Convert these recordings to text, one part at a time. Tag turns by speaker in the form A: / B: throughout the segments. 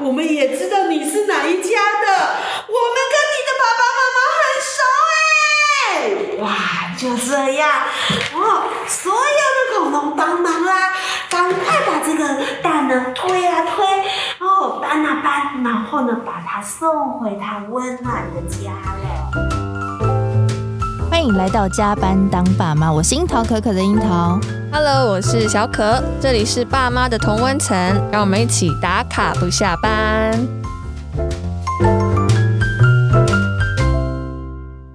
A: 我们也知道你是哪一家的，我们跟你的爸爸妈妈很熟哎、哇，就这样，哦，所有的恐龙帮忙啦，赶快把这个蛋呢推啊推，哦搬啊搬，然后呢把它送回它温暖的家了。
B: 欢迎来到加班当爸妈，我是樱桃可可的樱桃。
C: Hello，我是小可，这里是爸妈的同温层，让我们一起打卡不下班。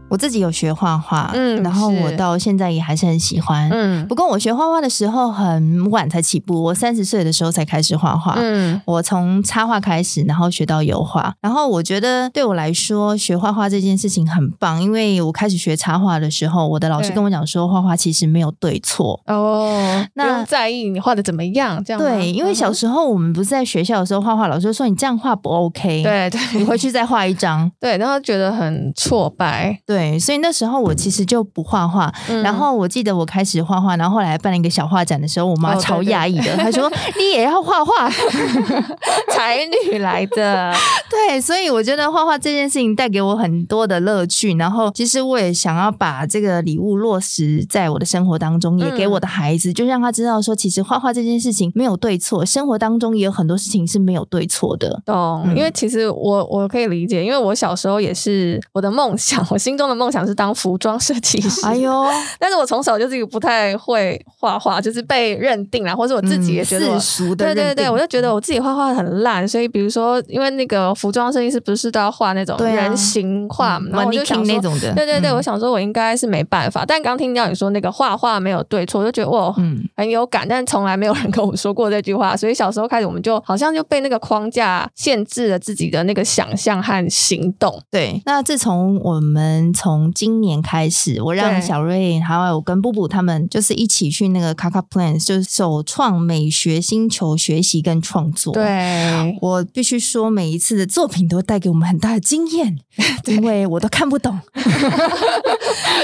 B: 我自己有学画画，
C: 嗯
B: 然后
C: 是
B: 我到现在也还是很喜欢。
C: 嗯
B: 不过我学画画的时候很晚才起步，我三十岁的时候才开始画画。
C: 嗯
B: 我从插画开始，然后学到油画，然后我觉得对我来说学画画这件事情很棒，因为我开始学插画的时候，我的老师
C: 对
B: 跟我讲说，画画其实没有对错。
C: 哦，
B: 那
C: 那在意你画的怎么样？这样吗
B: 对，因为小时候我们不是在学校的时候画画，老师就说你这样画不 OK，
C: 嗯对
B: 你
C: 对
B: 回去再画一张。
C: 对，然后觉得很挫败，
B: 对，所以那时候我其实就不画画，
C: 嗯
B: 然后我记得我开始画画，然后后来办了一个小画展的时候，我妈
C: 哦对
B: 超
C: 对
B: 讶异的，她 说：“你也要画画
C: 才女来 的，？”
B: 对，所以我觉得画画这件事情带给我很多的乐趣，然后其实我也想要把这个礼物落实在我的生活当中，也给
C: 嗯
B: 我的孩子，就让他知道说，其实画画这件事情没有对错，生活当中也有很多事情是没有对错的。
C: 懂？
B: 嗯
C: 因为其实我我可以理解，因为我小时候也是我的梦想， 我心中的梦想是当服装设计师。
B: 哎呦，
C: 但是我从小就是一个不太会画画，就是被认定啦，或者我 自己也觉得我、
B: 嗯世俗的
C: 对
B: 认定，嗯
C: 对对，我就觉得我自己画画很烂，所以比如说，因为那个服装设计师不是都要画那种
B: 对啊嗯
C: 人形画嘛，然后我就
B: Mannequin
C: 想说
B: 那。种的，
C: 对对对，
B: 嗯
C: 我想说，我应该是没办法。但刚听到你说那个画画没有对错，我就觉得哇，
B: 嗯。
C: 很有感，但从来没有人跟我说过这句话，所以小时候开始，我们就好像就被那个框架限制了自己的那个想象和行动。
B: 对，那自从我们从今年开始，我让
C: 对
B: 小瑞还有我跟布布他们就是一起去那个 Kaka Plans，就是首创美学星球学习跟创作。。
C: 对，
B: 我必须说，每一次的作品都带给我们很大的惊 艳，因为我都看不懂，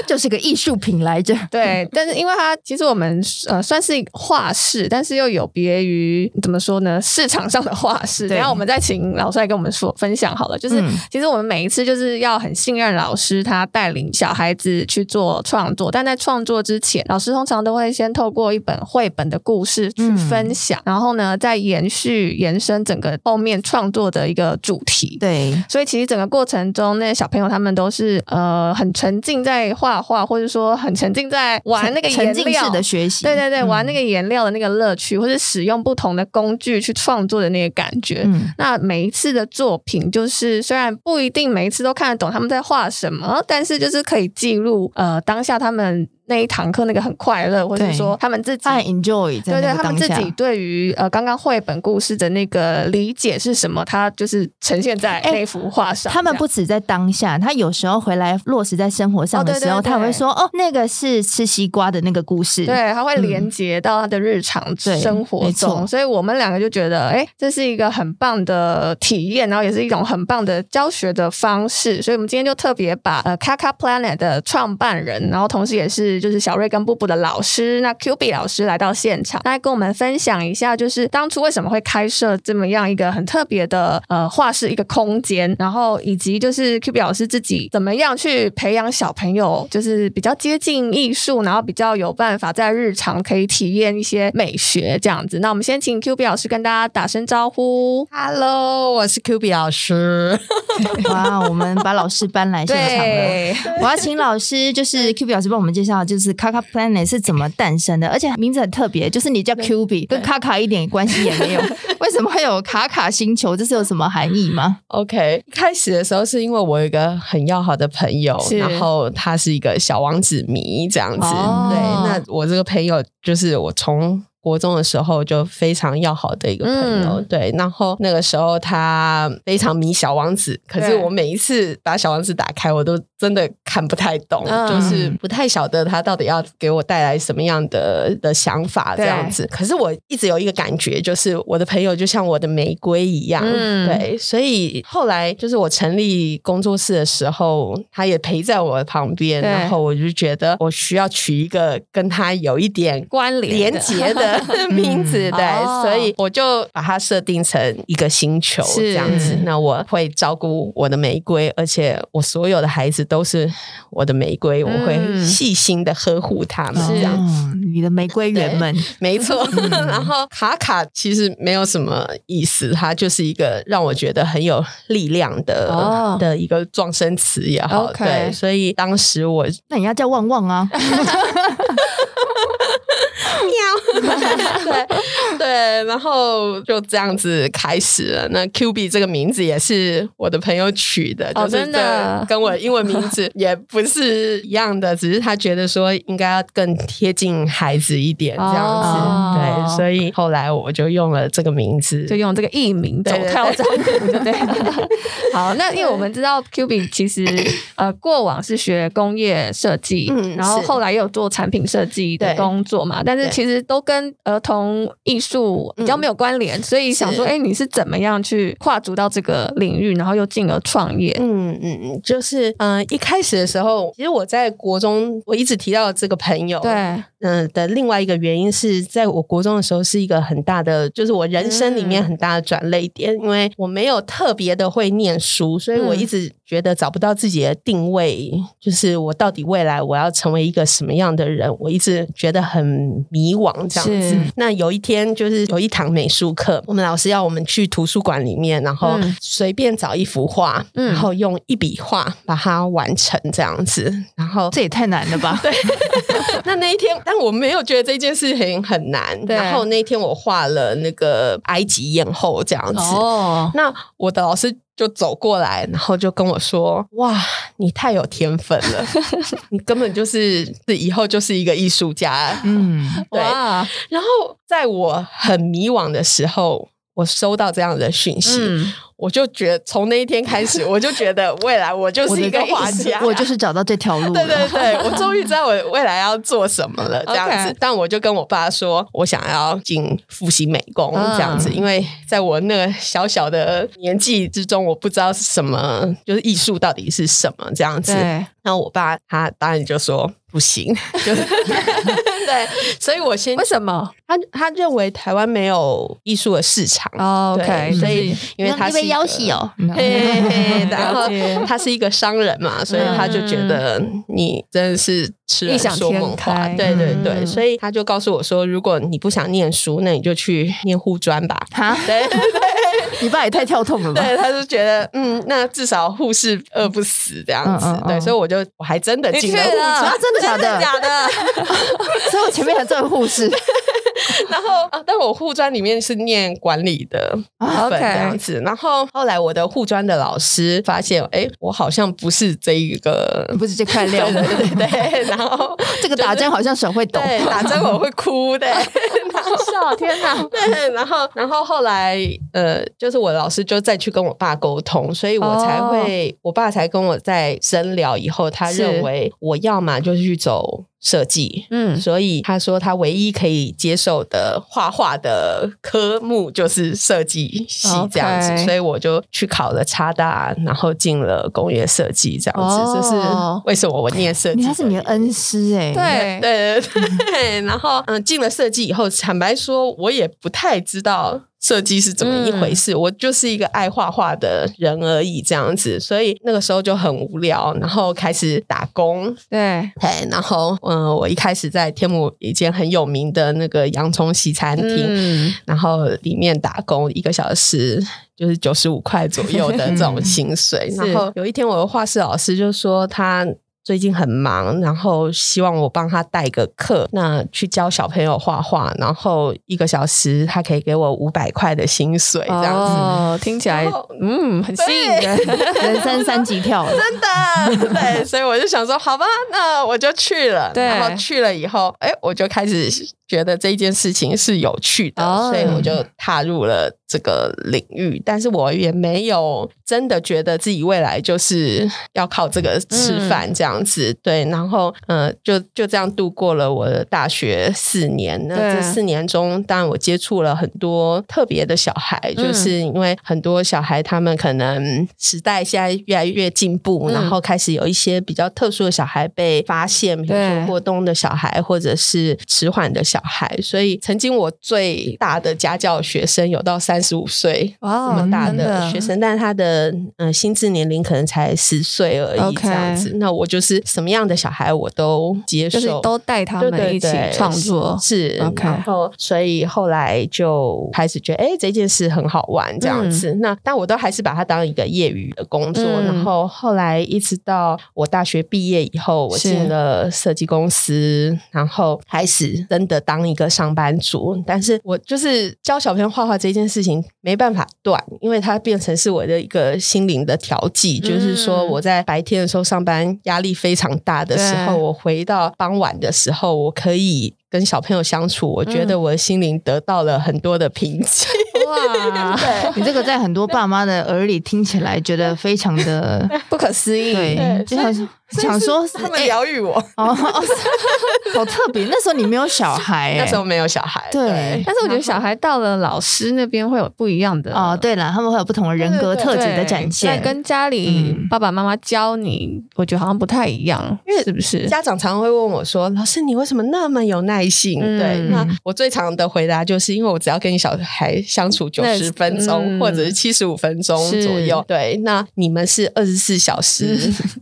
B: 就是个艺术品来着。
C: 对，但是因为它其实我们呃算是画室，但是又有别于怎么说呢，市场上的画室。
B: 对
C: 然后我们再请老师来跟我们说分享好了。就是、
B: 嗯
C: 其实我们每一次就是要很信任老师，他带领小孩子去做创作，但在创作之前，老师通常都会先透过一本绘本的故事去
B: 嗯
C: 分享，然后呢再延续延伸整个后面创作的一个主题。
B: 对，
C: 所以其实整个过程中，那些小朋友他们都是呃很沉浸在画画，或者说很沉浸在玩那个
B: 沉
C: 颜
B: 浸式
C: 料
B: 的。学习，嗯
C: 对对对，玩那
B: 个，
C: 个颜料的那个乐趣，或者使用不同的工具去创作的那个感觉。
B: 嗯，
C: 那每一次的作品，就是虽然不一定每一次都看得懂他们在画什么，但是就是可以记录呃当下他们那一堂课那个很快乐，或者
B: 对
C: 说他们自己
B: 他很 enjoy 在
C: 对对，
B: 那个
C: 他们
B: 当
C: 自
B: 下。
C: 己对于呃刚刚绘本故事的那个理解是什么，他就是呈现在
B: 哎
C: 那幅画上。
B: 他们
C: 这样
B: 不止在当下，他有时候回来落实在生活上的时候，
C: 哦对对对
B: 他也会说：“哦，那个是吃西瓜的那个故事。”
C: 对，他会连接到他的日常
B: 嗯对
C: 生活
B: 没
C: 中，
B: 错
C: 所以我们两个就觉得，哎，这是一个很棒的体验，然后也是一种很棒的教学的方式。所以我们今天就特别把呃 Kaka Planet 的创办人，然后同时也是就是小瑞跟布布的老师，那 Q B 老师来到现场，来跟我们分享一下，就是当初为什么会开设这么样一个很特别的呃画室一个空间，然后以及就是 Q B 老师自己怎么样去培养小朋友，就是比较接近艺术，然后比较有办法在日常可以体验一些美学这样子。那我们先请 Q B 老师跟大家打声招呼。
D: Hello，我是 Q B 老师。
B: 哇，我们把老师搬来现场了。
C: 对，
B: 我要请老师，就是 Q B 老师帮我们介绍，就是 Kaka Planet 是怎么诞生的，而且名字很特别，就是你叫 Q B，跟卡卡一点关系也没 有。为什么会有卡卡星球？这是有什么含义吗？
D: OK，一开始的时候是因为我有一个很要好的朋友
C: 是，
D: 然后他是一个小王子迷这样子。
C: 哦
D: 对，那我这个朋友就是我从。国中的时候就非常要好的一个朋友，
C: 嗯
D: 对，然后那个时候他非常迷小王子，可是
C: 对
D: 我每一次把小王子打开，我都真的看不太懂，
C: 嗯
D: 就是不太晓得他到底要给我带来什么样的的想法这样
C: 对
D: 子。可是我一直有一个感觉，就是我的朋友就像我的玫瑰一样，
C: 嗯
D: 对，对，所以后来就是我成立工作室的时候，他也陪在我旁边，
C: 对
D: 然后我就觉得我需要取一个跟他有一点
C: 关联
D: 连
C: 的嗯
D: 结 的的名字，对，
C: 哦
D: 所以我就把它设定成一个星球
C: 是
D: 这样子。那我会照顾我的玫瑰，而且我所有的孩子都是我的玫瑰，我会
C: 嗯
D: 细心的呵护他们
C: 是
D: 这样子。
B: 哦你的玫瑰园们，
D: 没错。 然后卡卡其实没有什么意思，它就是一个让我觉得很有力量的、
C: 哦
D: 的一个撞声词也好。
C: OK
D: 对，所以当时我
B: 那你要叫旺旺 啊，
D: 对对，然后就这样子开始了。那 Q B 这个名字也是我的朋友取的，
C: 哦
D: 就是
C: 真的
D: 这跟我英文名字也不是一样的，只是他觉得说应该要更贴近孩子一点这样子。
C: 哦
D: 对，所以后来我就用了这个名字，
C: 就用这个艺名走
D: 对对
C: 跳占卜，对不对？好，那因为我们知道 Q B 其实呃过往是学工业设计，
D: 嗯
C: 然后
D: 是
C: 后来也有做产品设计的
D: 对
C: 工作嘛，但是
D: 对嗯
C: 其实都跟儿童艺术比较没有关联，所以想说，
D: 是
C: 哎，你是怎么样去跨足到这个领域，然后又进而创业？
D: 嗯嗯嗯，就是嗯、呃一开始的时候，其实我在国中，我一直提到这个朋友，
C: 对，
D: 嗯、的另外一个原因是在我国中的时候是一个很大的，就是我人生里
C: 嗯
D: 面很大的转泪点，因为我没有特别的会念书，所以我一
C: 嗯
D: 直觉得找不到自己的定位，就是我到底未来我要成为一个什么样的人，我一直觉得很迷惘这样子
C: 是。
D: 那有一天就是有一堂美术课，我们老师要我们去图书馆里面，然后
C: 嗯
D: 随便找一幅画，
C: 嗯
D: 然后用一笔画把它完成这样子，然后
B: 这也太难了 吧？对，
D: 那那一天，但我没有觉得这件事情很难。
C: 对
D: 然后那一天我画了那个埃及艳后这
B: 嗯
D: 样子。
C: 哦，
D: 那我的老师就走过来，然后就跟我说：“哇，你太有天分 了，你根本就是是以后就是一个艺术家。”
B: 嗯，
D: 对
C: 哇，
D: 然后在我很迷惘的时候，我收到这样的讯息，
C: 嗯，
D: 我就觉得从那一天开始，我就觉得未来 我就是一个画家，
B: 我就是找到这条路了，
D: 对对对，我终于知道我未来要做什么 了，这样
C: OK
D: 子。但我就跟我爸说，我想要进复习美工
C: 嗯
D: 这样子，因为在我那个小小的年纪之中，我不知道是什么，就是艺术到底是什么这样子。
C: 对，
D: 那我爸他当然就说 不行，就是 对，所以我先
C: 为什么
D: 他他认为台湾没有艺术的市场
C: 哦
D: 对
C: ？OK，
D: 所以因为他是一个
B: 哦，
D: 嘿嘿嘿，
C: 了
D: 然后
C: 解
D: 他是一个商人嘛，所以他就觉得你真的是痴人说梦
C: 异想天
D: 话，
C: 开
D: 对对对，
C: 嗯
D: 所以他就告诉我说，如果你不想念书，那你就去念护专吧。
B: 哈，
D: 对对
B: 你爸也太跳痛了吧？
D: 对，他就觉得嗯，那至少护士饿不死这样子，
B: 嗯嗯嗯
D: 对，所以我就我还真的进了
C: 你
D: 护
C: 去了
D: 专
B: 啊，真的假的？
D: 假的？
B: 所以我前面才做护士，
D: 然后，啊但我护专里面是念管理的部分
C: OK
D: 这样子。然后后来我的护专的老师发现，哎，我好像不是这一个
B: 不是这块料，
D: 对对对对，然后
B: 这个打针好像手会抖，
D: 对打针我会哭的。
C: 笑，天哪！
D: 对，然后，然后后来，呃，就是我老师就再去跟我爸沟通，所以我才会，我爸才跟我在深聊以后，他
C: 是
D: 认为我要嘛就是去走设计，
C: 嗯，
D: 所以他说他唯一可以接受的画画的科目就是设计系
C: OK
D: 这样子所以我就去考了差大，然后进了工业设计这样子
C: 哦
D: 这是为什么我念设计
B: 你
D: 的
B: 他是你的恩师哎，
C: 对，
D: 对对对， 然后嗯，进了设计以后，坦白说，我也不太知道设计是怎么一回事，我就是一个爱画画的人而已，这样子，所以那个时候就很无聊，然后开始打工，
C: 对，
D: 对，然后嗯，我一开始在天母一间很有名的那个洋葱西餐厅，
C: 嗯，。
D: 然后里面打工一个小时就是九十五块左右的这种薪水然后有一天，我的画室老师就说他。最近很忙，然后希望我帮他带个课，那去教小朋友画画，然后一个小时他可以给我五百块的薪水，这样子。
C: 哦，听起来
D: 然后
C: 嗯很吸引人，
B: 人生三级 跳，
D: 真的，对，所以我就想说，好吧，那我就去了。
C: 对
D: 然后去了以后，哎，我就开始觉得这件事情是有趣的，
C: 哦
D: 所以我就踏入了这个领域。但是
C: 嗯
D: 我也没有真的觉得自己未来就是要靠这个吃饭这样样子。对，然后呃，就就这样度过了我的大学四年。那
C: 对
D: 这四年中，当然我接触了很多特别的小孩，
C: 嗯
D: 就是因为很多小孩他们可能时代现在越来越进步，
C: 嗯
D: 然后开始有一些比较特殊的小孩被发现，比如
C: 对
D: 说过动的小孩或者是迟缓的小孩。所以曾经我最大的家教学生有到三十五岁，
C: 哇
D: 这么大
C: 哦真
D: 的学生，但是他的呃心智年龄可能才十岁而已
C: OK
D: 这样子。那我就是什么样的小孩我都接受，
C: 就是都带他
D: 对对
C: 们一起
D: 对
C: 创作，
D: 是是
C: OK
D: 然后所以后来就开始觉得，哎、这件事很好玩这样子。那但我都还是把它当一个业余的工作。
C: 嗯
D: 然后后来一直到我大学毕业以后，我
C: 是
D: 进了设计公司，然后开始真的当一个上班族。但是我就是教小朋友画画这件事情没办法断，因为它变成是我的一个心灵的调剂。就是说
C: 嗯
D: 我在白天的时候上班压力非常大的时候，
C: 对
D: 我回到傍晚的时候，我可以跟小朋友相处，我觉
C: 嗯
D: 得我的心灵得到了很多的平静。
C: 哇，
B: 你这个在很多爸妈的耳里听起来觉得非常 的
C: 不可思议，
B: 对，就想想说是
D: 他们
B: 哎
D: 疗愈我，
B: 哦，哦是好特别。那时候你没有小孩、
C: 哎
B: 欸，
D: 那时候没有小孩，
B: 对
C: 但是我觉得小孩到了老师那边会有不一样的
B: 哦，对了，他们会有不同的人格特质的展现
C: 对。跟家里
B: 嗯
C: 爸爸妈妈教你，我觉得好像不太一样，
D: 因为
C: 是不是？
D: 家长常常会问我说：“老师，你为什么那么有耐性？”
C: 嗯
D: 对，那我最常的回答就是因为我只要跟你小孩相 处九十分钟、
C: 嗯
D: 或者是七十五分钟
C: 是嗯
D: 左右。对，那你们是二十四小时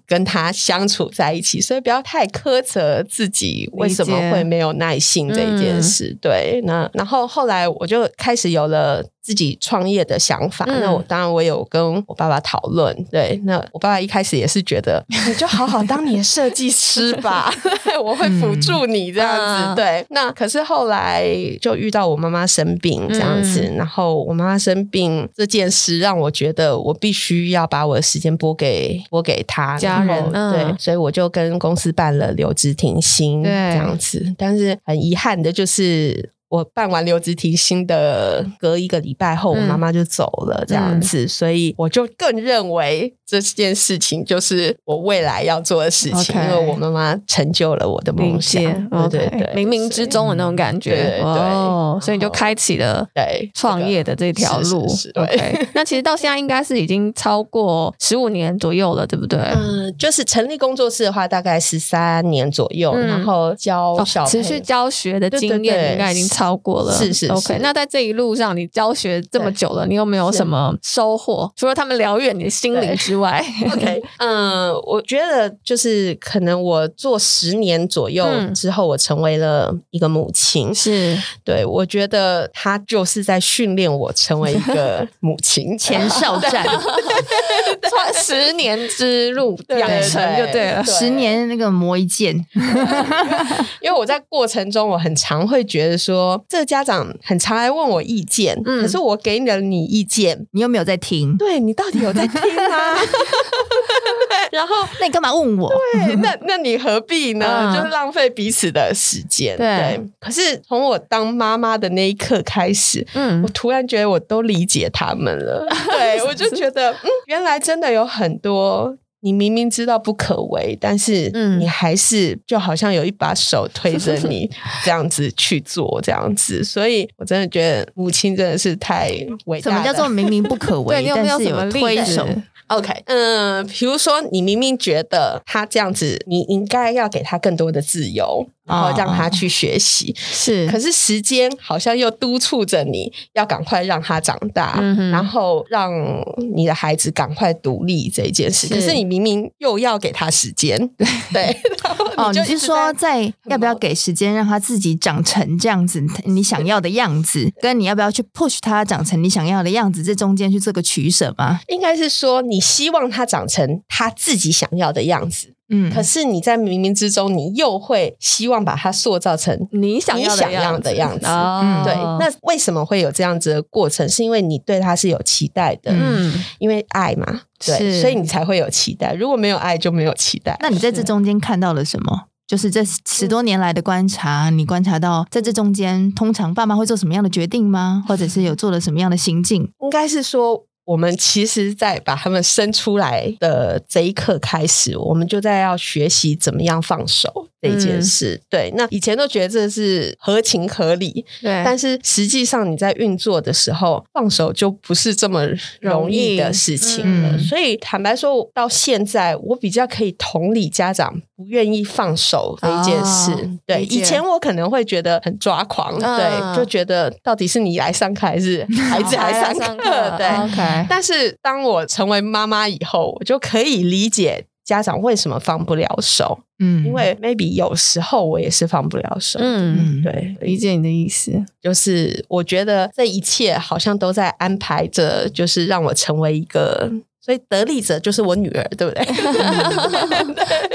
D: 跟他相处在一起，所以不要太苛责自己为什么会没有耐性这一
C: 嗯
D: 件事。对，那然后后来我就开始有了。自己创业的想法，
C: 嗯
D: 那我当然我有跟我爸爸讨论。对，那我爸爸一开始也是觉得你就好好当你的设计师吧， 我会辅助你这样子。
C: 嗯
D: 对，那可是后来就遇到我妈妈生病这样子，
C: 嗯
D: 然后我妈妈生病这件事让我觉得我必须要把我的时间拨给拨给她
C: 家人
D: 然后
C: 嗯
D: 对，所以我就跟公司办了留职停薪
C: 对
D: 这样子，但是很遗憾的就是。我办完留职停薪的隔一个礼拜后，我
C: 嗯
D: 妈妈就走了，这样子，所以我就更认为这件事情就是我未来要做的事情
C: OK
D: 因为我妈妈成就了我的
C: 理
D: 梦想
C: 解，，
D: 对对
C: OK，
D: 对，
C: 冥冥
D: 所
C: 之
D: 以
C: 中的那种感
D: 对对
C: 觉，
D: 对
C: 哦，所以你就
D: 然后
C: 开启了。
D: 对
C: 创业的这条路
D: 是是是对
C: OK，那 其实到现在应该是已经超过十五年左右了，对不对？
D: 嗯，就是成立工作室的话，大概十三年左右，
C: 嗯
D: 然后教
C: 哦
D: 小、，
C: 持续。教学的
D: 对对
C: 经
D: 对
C: 验应该已经超过了，
D: 是是是
C: OK，那在这一路上，你教学这么
D: 对
C: 久了，你有没有
D: 是
C: 什么收获？除了他们疗愈你的心灵
D: 对
C: 之 外
D: OK，嗯，我觉得就是可能我做十年左右
C: 嗯
D: 之后，我成为了一个母亲。
C: 是
D: 对我觉得她就是在训练我成为一 个母亲。
B: 前哨战，
C: 创十年之路
D: 对
C: 养成就对了。
D: 对
B: 十年那个磨一剑，
D: 因为我在过程中，我很常会觉得说，这个家长很常来问我意见，
C: 嗯
D: 可是我给了你意见，
B: 你有没有在听？
D: 对你到底有在听 吗？
C: 然后
B: 那你干嘛问我？
D: 对，那那你何必呢？
C: 嗯
D: 就是浪费彼此的时间。
C: 对
D: 可是从我当妈妈的那一刻开始，
C: 嗯
D: 我，突然觉得我都理解他们了。 对，我就觉得，嗯，原来真的有很多。你明明知道不可为，但是
C: 嗯
D: 你还是就好像有一把手推着 你这样子去做，这样子，所以我真的觉得母亲真的是太伟大
B: 什
D: 了。
B: 么叫做明明不可
C: 对
B: 为
C: 你，有
B: 但
C: 没有
B: 是
C: 什么
B: 有
C: 例
B: 推
C: 子
B: 手？
D: OK，嗯，比如说你明明觉得他这样子，你应该要给他更多的自由，然
B: 哦
D: 后让他去学习，
C: 是
D: 可是时间好像又督促着你要赶快让他长大，
C: 嗯哼
D: 然后让你的孩子赶快独立这一件事。
C: 是
D: 可是你明明又要给他时间， 对，然
B: 哦，
D: 后
B: 你
D: 就是一直
B: 说
D: 在
B: 在要不要给时间让他自己长成这 样子你想要的样子，跟你要不要去 push 他长成你想要的样子，这中间去做个取舍吗？
D: 应该是说你希望他长成他自己想要的样子，
B: 嗯，
D: 可是你在冥冥之中，你又会希望把他塑造成
C: 你想要
D: 你想要
C: 的
D: 的样子
C: 哦
D: 对，那为什么会有这样子的过程？是因为你对他是有期待的，
C: 嗯，
D: 因为爱嘛，对，
C: 是
D: 所以你才会有期待。如果没有爱，就没有期待。
B: 那你在这中间看到了什么？就是这十多年来的观察，你观察到在这中间，通常爸妈会做什么样的决定吗？或者是有做了什么样的行径？
D: 应该是说。我们其实，在把他们生出来的这一刻开始，我们就在要学习怎么样放手这一
B: 嗯
D: 件事。对，那以前都觉得这是合情合理，
C: 对
D: 但是实际上你在运作的时候，放手就不是这么容易的事情了。
B: 嗯
D: 所以坦白说，到现在我比较可以同理家长不愿意放手这一件事。
C: 哦
D: 对，
C: 理解
D: 以前我可能会觉得很抓狂，
C: 嗯
D: 对，就觉得到底是你来上课还是孩子来上课？对。
B: 哦
C: ，OK，
D: 但是当我成为妈妈以后，我就可以理解。家长为什么放不了手？
B: 嗯
D: 因为 maybe 有时候我也是放不了手。
C: 嗯，
B: 嗯，
D: 对，
C: 理解你的意思，
D: 就是我觉得这一切好像都在安排着，就是让我成为一个，所以得利者就是我女儿，对不对？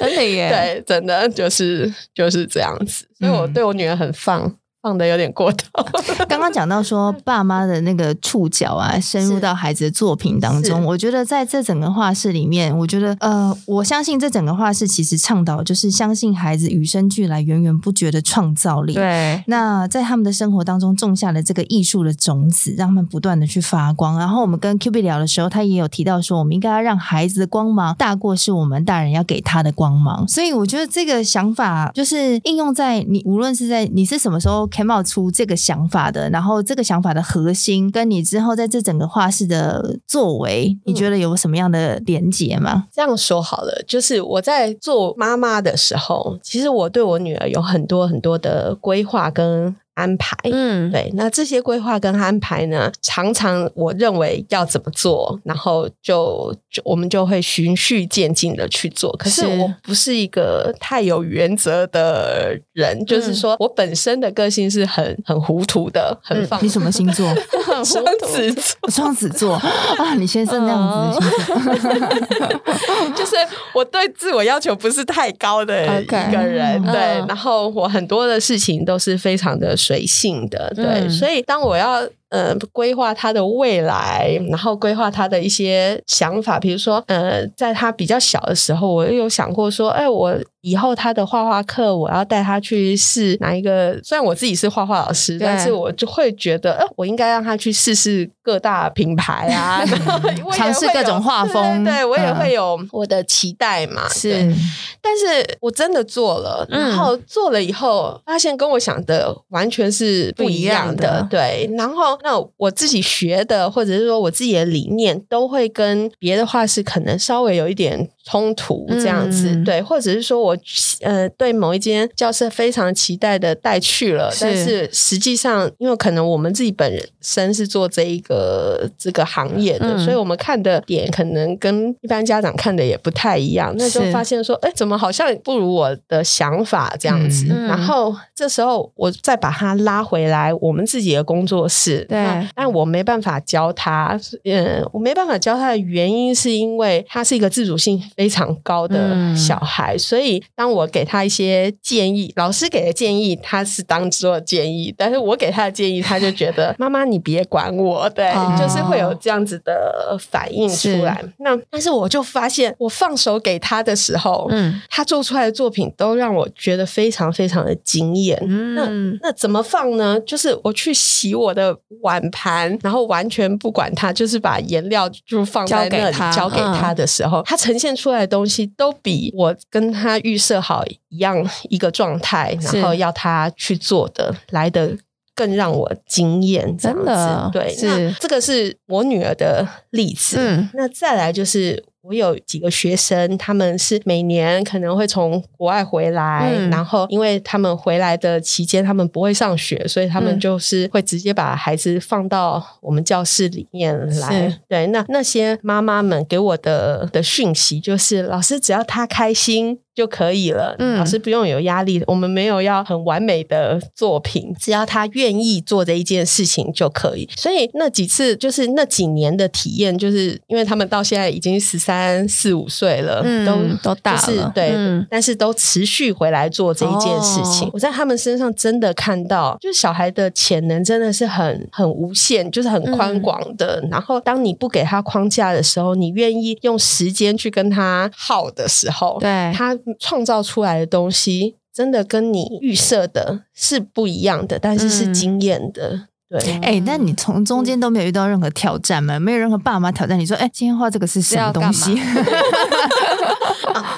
C: 真的耶，
D: 对，真的就是就是这样子，所以我
B: 嗯
D: 对我女儿很放。放的有点过头，
B: 刚刚讲到说爸妈的那个触角啊，深入
D: 是
B: 到孩子的作品当中，
D: 是
B: 我觉得在这整个画室里面，我觉得呃，我相信这整个画室其实倡导就是相信孩子与生俱来、源源不绝的创造力。
C: 对，
B: 那在他们的生活当中种下了这个艺术的种子，让他们不断的去发光。然后我们跟 Q B 聊的时候，他也有提到说，我们应该要让孩子的光芒大过是我们大人要给他的光芒。所以我觉得这个想法就是应用在你，无论是在你是什么时候 came out 出这个想法的，然后这个想法的核心跟你之后在这整个画室的作为，你觉得有什么样的连结吗？
D: 这样说好了，就是我在做妈妈的时候，其实我对我女儿有很多很多的规划跟安排。
C: 嗯，
D: 对，那这些规划跟安排呢，常常我认为要怎么做，然后就就我们就会循序渐进的去做。可是
C: 是
D: 我不是一个太有原则的人，就是说我本身的个性是很很糊涂的，很
C: 嗯
D: 放
B: 你什么星座？
D: 很双子座，
B: 双子座啊，你先生那样子
D: 哦
B: 的星座，
D: 就是我对自我要求不是太高的
C: OK
D: 一个人，
C: 嗯
D: 对。
C: 嗯
D: 然后我很多的事情都是非常的随性的，对。
C: 嗯
D: 所以当我要呃规划他的未来，然后规划他的一些想法，比如说呃，在他比较小的时候，我有想过说，哎，我以后他的画画课，我要带他去试哪一个？虽然我自己是画画老师，
C: 对
D: 但是我就会觉得，呃，我应该让他去试试各大品牌 啊，然后我也
B: 尝试
D: 会
B: 各
D: 有
B: 种画风
D: 对对对我也
B: 嗯
D: 会有我的期待嘛。对
C: 是，
D: 但是我真的做了，
C: 嗯
D: 然后做了以后，发现跟我想的完全是不一
C: 不
D: 样
C: 一样的
D: 的。对，然后那我自己学的，或者是说我自己的理念，都会跟别的画室可能稍微有一点冲突，
C: 嗯
D: 这样子。对，或者是说我呃对某一间教室非常期待的带去了，
C: 是
D: 但是实际上，因为可能我们自己本身是做这一个这个行业的，
C: 嗯
D: 所以我们看的点可能跟一般家长看的也不太一样。那就是发现说，哎，怎么好像不如我的想法这样子？
C: 嗯
D: 然后这时候我再把他拉回来，我们自己的工作室。
C: 对
D: 那但我没办法教他，嗯，我没办法教他的原因是因为他是一个自主性非常高的
C: 嗯
D: 小孩，所以当我给他一些建议，老师给的建议他是当做建议，但是我给他的建议，他就 觉得妈妈你别管我，对，
C: 哦
D: 就是会有这样子的反应出来。那但是我就发现，我放手给他的时候，
C: 嗯
D: 他做出来的作品都让我觉得非常非常的惊艳，
C: 嗯，
D: 那怎么放呢？就是我去洗我的碗盘，然后完全不管它，就是把颜料就放
C: 交
D: 在那
C: 给嗯
D: 里
C: 它
D: 交给他的时候，它呈现出来的东西都比我跟他预设好一样一个状态，
C: 是
D: 然后要他去做的来的。更让我惊艳，这样
C: 真
D: 子
C: 的
D: 对，
C: 是
D: 那这个是我女儿的例子。
C: 嗯
D: 那再来就是。我有几个学生，他们是每年可能会从国外回来，
C: 嗯
D: 然后因为他们回来的期间，他们不会上学，所以他
C: 嗯
D: 们就是会直接把孩子放到我们教室里面
C: 是
D: 来。对，那那些妈妈们给我的的讯息就是，老师只要他开心就可以了，
C: 嗯
D: 老师不用有压力，我们没有要很完美的作品，只要他愿意做这一件事情就可以。所以那几次就是那几年的体验，就是因为他们到现在已经十三四五岁了，
C: 嗯
D: 都
C: 都大
D: 就是
C: 了
D: 对，
C: 嗯
D: 但是都持续回来做这一件事情。
C: 哦
D: 我在他们身上真的看到，就是小孩的潜能真的是很很无限，就是很宽广的。
C: 嗯
D: 然后当你不给他框架的时候，你愿意用时间去跟他耗的时候，
C: 对
D: 他创造出来的东西。真的跟你预设的是不一样的，但是是
C: 嗯
D: 惊艳的。 对，
B: 哎、那你从中间都没有遇到任何挑战吗？没有任何爸妈挑战你说，哎、今天画这个是什么东西？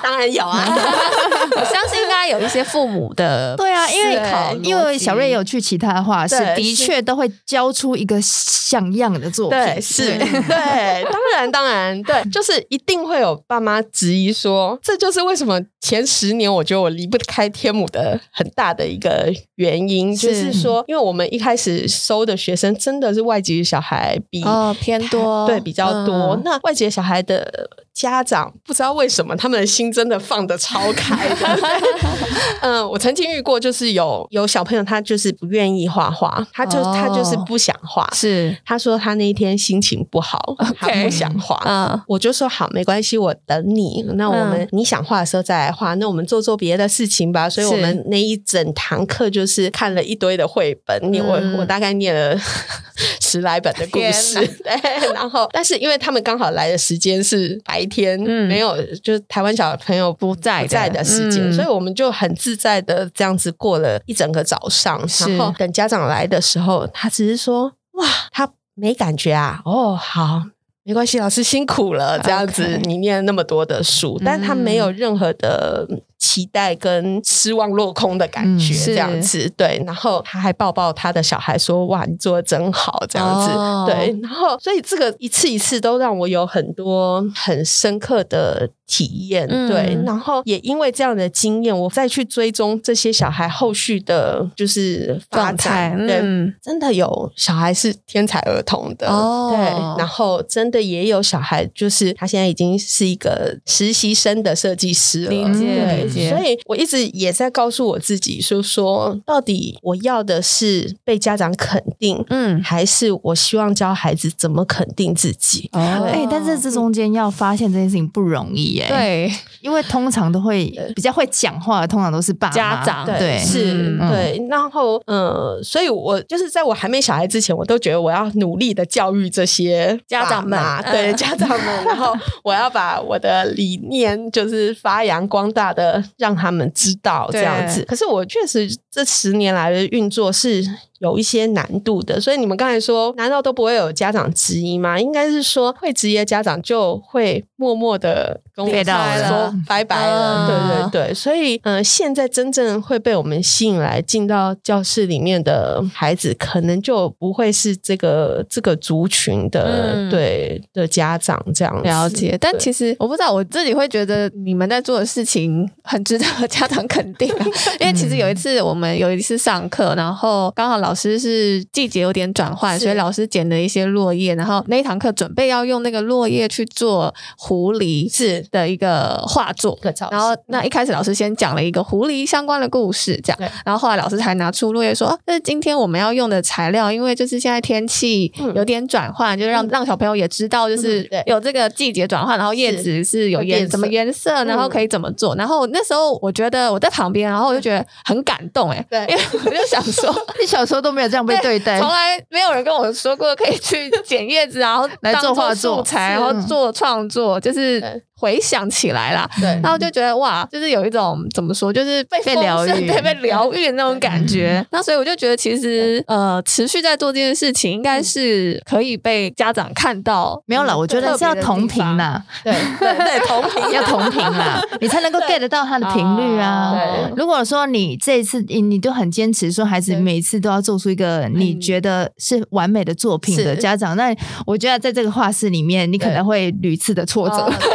D: 当然有啊，
C: 我相信应该有一些父母 的
B: 对啊，因
C: 思考
B: 为因为小瑞有去其他画室，
D: 对
B: 的
D: 是
B: 确都会教出一个像样的作品。
D: 对，是，对，当然，当然，对，就是一定会有爸妈质疑说，这就是为什么前十年我觉得我离不开天母的很大的一个原因，就是
C: 是
D: 说，因为我们一开始收的学生真的是外籍小孩比
C: 哦偏多，
D: 对，比较多。
C: 嗯
D: 那外籍小孩的家长不知道为什么，他们的心真的放得超开的。 嗯，我曾经遇过，就是有有小朋友他就是不愿意画画，他就、他就是
C: 哦
D: 不想画。
C: 是
D: 他说他那一天心情不好他不想画。
C: 嗯
D: 我就说好，没关系，我等你。那我们、你想画的时候再来画，那我们做做别的事情吧。所以
C: 是
D: 我们那一整堂课就是看了一堆的绘本，念、
C: 嗯
D: 我我大概念了 十来本的故事。 对，然后但是因为他们刚好来的时间是白天，
C: 嗯
D: 没有就是台湾小朋友不
B: 在的
D: 不在的时间，
C: 嗯
D: 所以我们就很自在的这样子过了一整个早上。
C: 是
D: 然后等家长来的时候，他只是说哇，他没感觉啊，哦，好。没关系，老师辛苦了。这样子
C: OK 嗯
D: 你念了那么多的书，但他没有任何的期待跟失望落空的感
B: 嗯
D: 觉，
C: 是
D: 这样子对。然后他还抱抱他的小孩说：“哇，你做的真好。”这样子、
C: 哦
D: 对。然后，所以这个一次一次都让我有很多很深刻的体验，
C: 嗯
D: 对。然后也因为这样的经验，我再去追踪这些小孩后续的，就是发
C: 状
D: 展
C: 态，
D: 对，
C: 嗯
D: 真的有小孩是天才儿童的，
C: 哦
D: 对，然后真的也有小孩，就是他现在已经是一个实习生的设计师了，
C: 理解
D: 对
C: 理解
D: 所以我一直也在告诉我自己，说说到底我要的是被家长肯定，
C: 嗯
D: 还是我希望教孩子怎么肯定自己？
C: 哦
B: 哎、但是这中间要发现这件事情不容易耶、，
C: 对
B: 因为通常都会比较会讲话的，通常都是爸妈
C: 家长
B: 对，
D: 是，
B: 嗯
D: 对。然后，呃，所以我就是在我还没小孩之前，我都觉得我要努力的教育这些
C: 家长们
D: 爸妈
C: 嗯
D: 对家长们，然后我要把我的理念就是发扬光大的，让他们知道这样子。可是我确实这十年来的运作是。有一些难度的，所以你们刚才说，难道都不会有家长质疑吗？应该是说，会质疑的家长就会默默的跟我
B: 被到了
D: 说拜拜了，对对
C: 嗯
D: 对。对，所以呃，现在真正会被我们吸引来进到教室里面的孩子，可能就不会是这个这个族群的、
C: 嗯
D: 对的家长这样子
C: 了解，但
D: 对
C: 其实我不知道，我自己会觉得你们在做的事情很值得 家长肯定啊。因为其实有一次我们有一次上课，然后刚好老师是季节有点转换，
D: 是
C: 所以老师捡了一些落叶，然后那一堂课准备要用那个落叶去做狐狸
D: 是
C: 的一个画作
D: 一。个造型
C: 然后，那一开始老师先讲了一个狐狸相关的故事，这样
D: 对，
C: 然后后来老师还拿出落叶说：“啊这是今天我们要用的材料，因为就是现在天气
D: 嗯
C: 有点转换，就是让让小朋友也知道，就是
D: 嗯对
C: 有这个季节转换，然后叶子是有
D: 会
C: 颜
D: 变
C: 什么
D: 色
C: 颜色，然后可以怎么做。”然后那时候我觉得我在旁边，然后我就觉得很感动，哎，
D: 对
C: 因为我就想说，
B: 你小时候都没有这样被对待
C: 从，来没有人跟我说过可以去捡叶子，啊然后
B: 来
C: 当
B: 做画作
C: 素材，
B: 是
C: 然后做创作，就是
D: 对
C: 回想起来啦。
D: 对
C: 然后就觉得哇，就是有一种怎么说，就是被
B: 被
C: 丰
B: 疗
C: 盛
B: 愈
C: 对，被疗愈的嗯那种感觉。那所以我就觉得，其实呃，持续在做这件事情，应该是可以被家长看到。
B: 没有啦，我觉得是要同频啦，
D: 对对对同频
B: 要同频啦，你才能够 get 得到它的频率
C: 哦
B: 啊。
D: 对
B: 如果说你这一次你你都很坚持说孩子
C: 对
B: 每次都要做出一个你觉得是完美的作品的
D: 是
B: 家长，那我觉得在这个画室里面，你可能会屡次的挫
C: 哦
B: 折。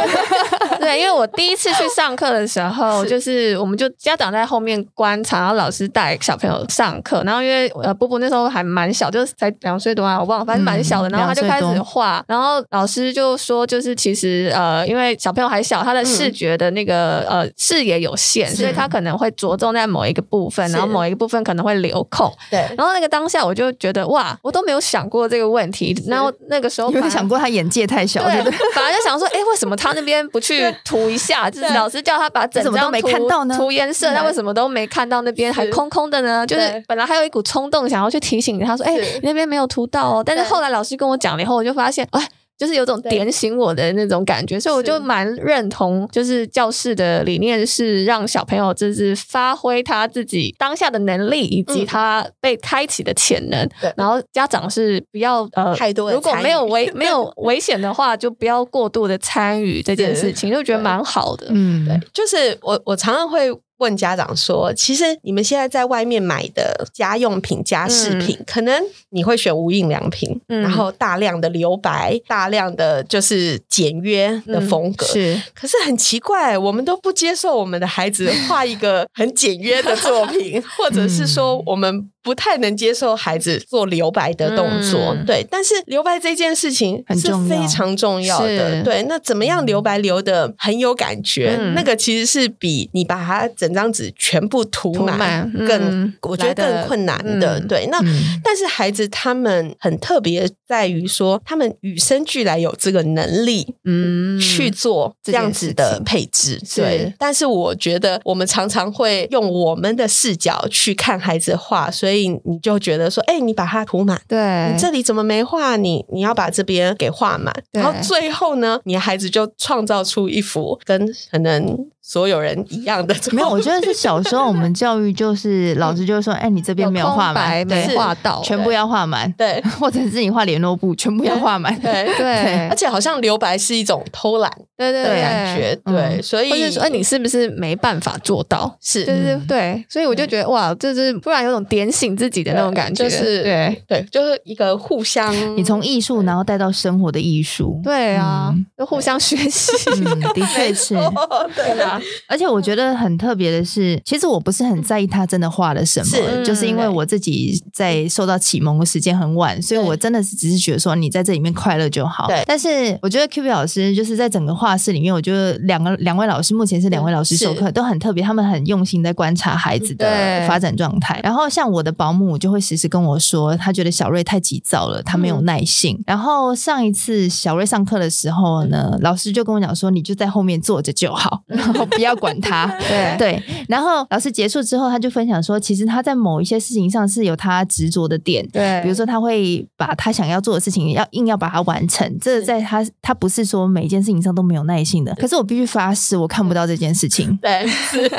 C: 对，因为我第一次去上课的时候，就是我们就家长在后面观察，然后老师带小朋友上课，然后因为呃波波那时候还蛮小，就是才两岁多啊，我忘了，反正蛮小的，
B: 嗯
C: 然后他就
B: 两
C: 开
B: 岁多
C: 始画，然后老师就说，就是其实呃，因为小朋友还小，他的
B: 嗯
C: 视觉的那个、呃视野有限，所以他可能会着重在某一个部分，
D: 是
C: 然后某一个部分可能会留空，
D: 对
C: 然后那个当下我就觉得哇，我都没有想过这个问题，然后那个时候
B: 有没有
C: 反而
B: 想过他眼界太小，对不
C: 对
B: 对？，
C: 反而就想说，哎、为什么他那边不去涂一下？就是
D: 对
C: 老师叫他把整
B: 怎么
C: 张
B: 都没
C: 涂
B: 看到呢嗯
C: 涂颜色，
D: 对
C: 他为什么都没看到那边还空空的呢？就是
D: 对
C: 本来还有一股冲动想要去提醒他说，哎、
D: 是
C: 你那边没有涂到哦。但是后来老师跟我讲了以后，我就发现，哎。就是有种点醒我的那种感觉，所以我就蛮认同，就是教室的理念是让小朋友就是发挥他自己当下的能力，以
B: 嗯
C: 及他被开启的潜能。
D: 对
C: 然后家长是不要呃
D: 太多的
C: 如果
D: 参与
C: 没有 危没有危险的话，就不要过度的参与这件事情，就觉得蛮好的。
B: 嗯，对，
D: 就是我我常常会问家长说，其实你们现在在外面买的家用品、家饰品，可能你会选无印良品，
C: 嗯
D: 然后大量的留白，大量的就是简约的风
C: 嗯
D: 格。
C: 是
D: 可是很奇怪，我们都不接受我们的孩子画一个很简约的作 品，或者是说我们不太能接受孩子做留白的动作。
C: 嗯
D: 对，但是留白这件事情
B: 很
D: 是
B: 重要
D: 非常重要的。
C: 是
D: 对，那怎么样留白留的很有感觉？
C: 嗯
D: 那个其实是比你把它整张纸全部涂
C: 涂满
D: 更，
C: 嗯
D: 我觉得
C: 来得
D: 更困难的。
C: 嗯
D: 对，那。
B: 嗯
D: 但是孩子他们很特别，在于说他们与生俱来有这个能力，
C: 嗯
D: 去做这样子的配置。
C: 是
D: 对，但是我觉得我们常常会用我们的视角去看孩子画，所以你就觉得说，哎、你把它涂满。
C: 对
D: 你这里怎么没画你？你要把这边给画满，
C: 对
D: 然后最后呢，你孩子就创造出一幅跟可能所有人一样的作品。
B: 没有，我觉得是小时候我们教育就是老师就说，哎，你这边没有画满，
C: 没
B: 对，
C: 画到，
B: 全部要画满，
D: 对
B: 或者是你画联络簿，全部要画满，
D: 对
C: 对
D: 而且好像留白是一种偷懒
C: 对对啊
D: 的感觉，
B: 嗯
D: 对，所以
C: 或者说哎你是不是没办法做到？
D: 是
C: 就是
B: 嗯
C: 对，所以我就觉得哇，就是突然有种点醒自己的那种感觉，
D: 就是
C: 对
D: 对，就是一个互相，
B: 你从艺术然后带到生活的艺术，
C: 对啊
B: 嗯，
C: 就互相学 习，
B: 嗯，的确是。
D: 哦对
C: 对啊，
B: 而且我觉得很特别的是，其实我不是很在意他真的画了什么，
D: 是
B: 就是因为我自己在受到启蒙的时间很晚，所以我真的是只是觉得说你在这里面快乐就好。
D: 对
B: 但是我觉得 Q B 老师就是在整个画室里面，我觉得两个两位老师目前是两位老师
D: 是，
B: 授课都很特别，他们很用心在观察孩子的
C: 对
B: 发展状态。然后像我的保姆就会时时跟我说，他觉得小瑞太急躁了，他没有耐性。然后上一次小瑞上课的时候呢，老师就跟我讲说，你就在后面坐着就好，然后 不要管他。
C: 对
B: 对，然后老师结束之后，他就分享说，其实他在某一些事情上是有他执着的点，
C: 对
B: 比如说他会把他想要做的事情要硬要把它完成，这在他他不是说每一件事情上都没有耐性的，可是我必须发誓，我看不到这件事情
D: 对是，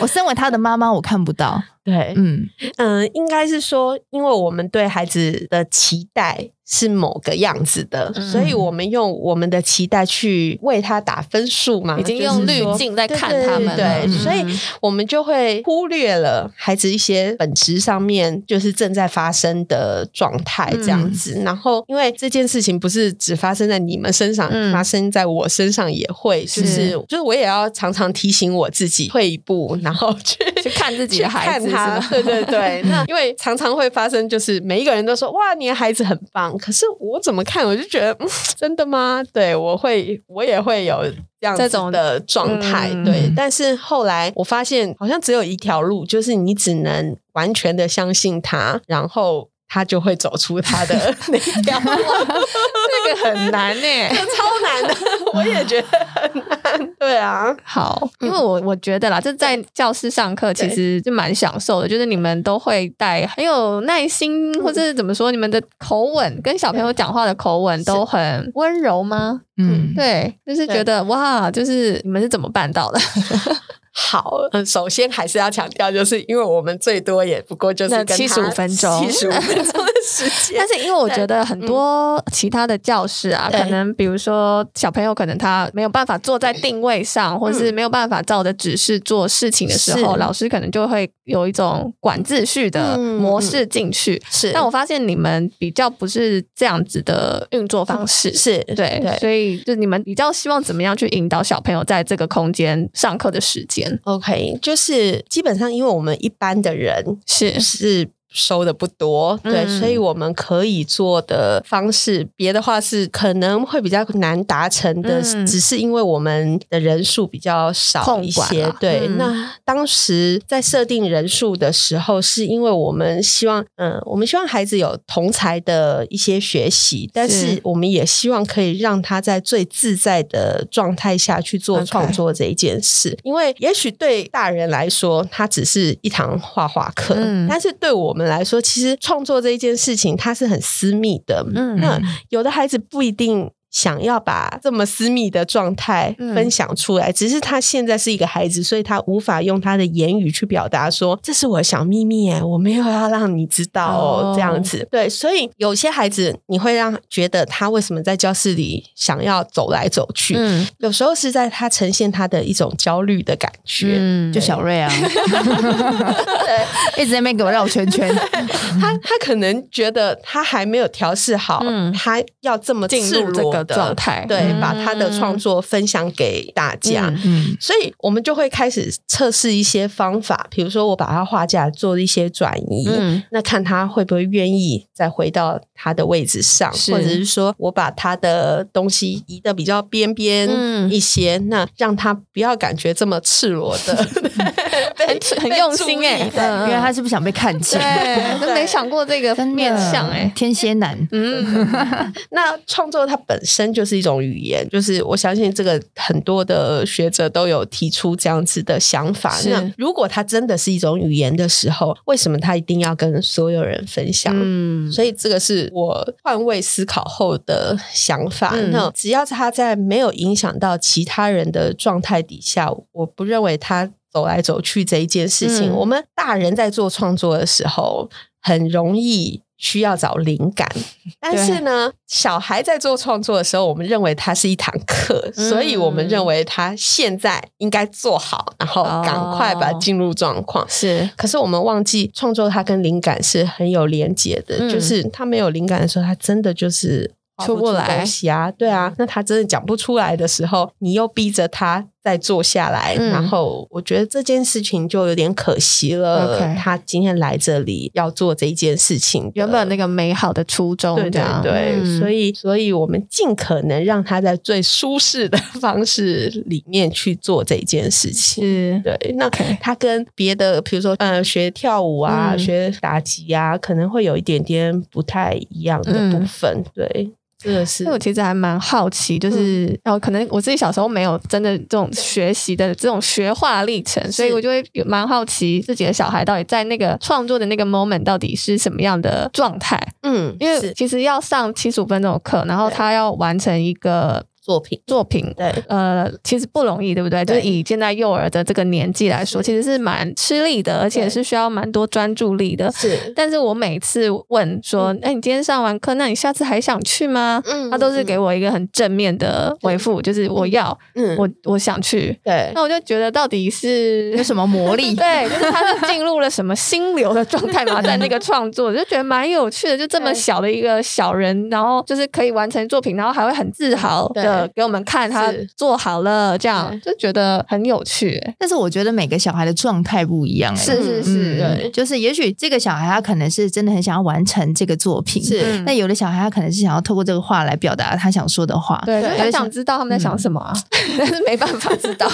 B: 我身为他的妈妈，我看不到，
D: 对，
B: 嗯，
D: 嗯，应该是说，因为我们对孩子的期待是某个样子的，
C: 嗯
D: 所以我们用我们的期待去为他打分数嘛，
C: 已经
D: 就是
C: 用滤
D: 说
C: 镜在
D: 对
C: 看他们了，
D: 对对
B: 嗯
D: 所以我们就会忽略了孩子一些本质上面就是正在发生的状态这
C: 嗯
D: 样子。然后，因为这件事情不是只发生在你们身上，
C: 嗯
D: 发生在我身上也会，就是
B: 是
D: 就是我也要常常提醒我自己退一步，然后去
C: 嗯去看自己的孩子
D: 去看
C: 是
D: 他，
C: 吗
D: 对对 对。那因为常常会发生，就是每一个人都说哇，你的孩子很棒，可是我怎么看我就觉得，嗯，真的吗？对我会，我也会有。这样子
C: 这种
D: 的状态，
C: 嗯
D: 对，但是后来我发现，好像只有一条路，就是你只能完全的相信他，然后他就会走出 他的那一条路，
C: 这个很难欸呢。
D: 超难的，我也觉得很难。对啊，
C: 好，因为我我觉得啦，就在教室上课其实就蛮享受的，就是你们都会带很有耐心，
D: 嗯
C: 或者是怎么说，你们的口吻跟小朋友讲话的口吻都很温柔吗？
B: 嗯，
C: 对，就是觉得哇，就是你们是怎么办到的？
D: 好，嗯，首先还是要强调，就是因为我们最多也不过就是
C: 那75分钟
D: 七十五分钟的时 间
C: 但。是因为我觉得很多其他的教室啊，
D: 对
C: 可能比如说小朋友可能他没有办法坐在定位上，或是没有办法照着指示做事情的时候，
D: 嗯是
C: 老师可能就会有一种管秩序的
D: 嗯
C: 模式进去。
D: 是
C: 但我发现你们比较不是这样子的运作方式，
D: 是
C: 对，
D: 对
C: 所以就你们比较希望怎么样去引导小朋友在这个空间上课的时间
D: OK，就是基本上，因为我们一般的人
C: 是
D: 是。收的不多，对，
C: 嗯
D: 所以我们可以做的方式，别的话是可能会比较难达成的，
C: 嗯
D: 只是因为我们的人数比较少
C: 控
D: 一
C: 管
D: 些。
C: 啦
D: 对，
C: 嗯
D: 那当时在设定人数的时候，是因为我们希望，嗯，我们希望孩子有同才的一些学习，但
C: 是
D: 是我们也希望可以让他在最自在的状态下去做
C: OK
D: 创作。做这一件事，因为也许对大人来说，它只是一堂画画课，
C: 嗯
D: 但是对我们来说，其实创作这一件事情，它是很私密的。
C: 嗯
D: 那有的孩子不一定。想要把这么私密的状态
C: 嗯
D: 分享出来，只是他现在是一个孩子，所以他无法用他的言语去表达说这是我的小秘密，哎，我没有要让你知道哦，
C: 哦
D: 这样子。对，所以有些孩子你会让觉得他为什么在教室里想要走来走去，
C: 嗯
D: 有时候是在他呈现他的一种焦虑的感觉。
C: 嗯，
B: 就小瑞啊，一直在那边给我绕圈圈，
D: 他他可能觉得他还没有调试好，
C: 嗯
D: 他要这么
C: 进入
D: 赤
C: 这
D: 裸
C: 个
D: 地
C: 状态
D: 对，
C: 嗯
D: 把他的创作分享给大家。
C: 嗯
B: 嗯
D: 所以我们就会开始测试一些方法，比如说我把他画架做一些转移，
C: 嗯
D: 那看他会不会愿意再回到他的位置上，
C: 是
D: 或者是说我把他的东西移的比较边边
C: 嗯
D: 一些，那让他不要感觉这么赤裸 的，
C: 很很用心哎、
D: 被注意
C: 嗯
B: 原来他是不想被看见，
C: 对，都没想过这个
B: 真的
C: 面相哎、
B: 天蝎男，
C: 嗯，
D: 那创作它本身就是一种语言，就是我相信这个很多的学者都有提出这样子的想法。
C: 是
D: 那如果它真的是一种语言的时候，为什么它一定要跟所有人分享？
C: 嗯，
D: 所以这个是我换位思考后的想法。
C: 嗯
D: 那只要他在没有影响到其他人的状态底下，我不认为他走来走去这一件事情。
C: 嗯
D: 我们大人在做创作的时候，很容易。需要找灵 感，但是呢，小孩在做创作的时候，我们认为它是一堂课，
C: 嗯
D: 所以我们认为他现在应该做好，然后赶快把它
C: 哦
D: 进入状况。
C: 是
D: 可是我们忘记创作它跟灵感是很有连结的，
C: 嗯
D: 就是他没有灵感的时候，他真的就是画
C: 出不来嗯
D: 东西啊，对啊。那他真的讲不出来的时候，你又逼着他再坐下来，
C: 嗯
D: 然后我觉得这件事情就有点可惜了。
C: OK
D: 他今天来这里要做这一件事情的，
C: 原本那个美好的初衷，
D: 对
C: 这
D: 对
C: 样
D: 对，
C: 嗯
D: 所以所以我们尽可能让他在最舒适的方式里面去做这件事情。
C: 是
D: 对，那
C: OK
D: 他跟别的，比如说，呃，学跳舞啊，
C: 嗯
D: 学打击啊，可能会有一点点不太一样的部分。对，这个是嗯
C: 所以我其实还蛮好奇，就是、哦，可能我自己小时候没有真的这种学习的这种学化历程，所以我就会有蛮好奇自己的小孩到底在那个创作的那个 moment 到底是什么样的状态。
D: 嗯，
C: 因为
D: 是
C: 其实要上七十五分钟的课，然后
D: 对
C: 他要完成一个
D: 作品，
C: 作品，
D: 对，
C: 呃，其实不容易，对不对？就是
D: 对
C: 以现在幼儿的这个年纪来说，其实是蛮吃力的，而且
D: 对
C: 是需要蛮多专注力的。
D: 是，
C: 但是我每次问说：“哎、你今天上完课，那你下次还想去吗？”
D: 嗯
C: 他都是给我一个很正面的回复，就是我要，
D: 嗯，
C: 我哦我想去。
D: 对
C: 那我就觉得到底是
B: 有什么魔 力？
C: 对，就是他是进入了什么心流的状态 嘛，在那个创作，就觉得蛮有趣的。就这么
D: 对
C: 小的一个小人，然后就是可以完成作品，然后还会很自豪的
D: 对
C: 给我们看他
D: 是
C: 做好了，这样
D: 对啊
C: 就觉得很有趣。
B: 但是我觉得每个小孩的状态不一样、欸，
C: 是是是，
B: 嗯
C: 对，
B: 就是也许这个小孩他可能是真的很想要完成这个作品，
D: 是
C: 嗯
B: 那有的小孩他可能是想要透过这个话来表达他想说的话。
C: 对，就
D: 对嗯
C: 很想知道他们在想什么啊， 但是没办法知道。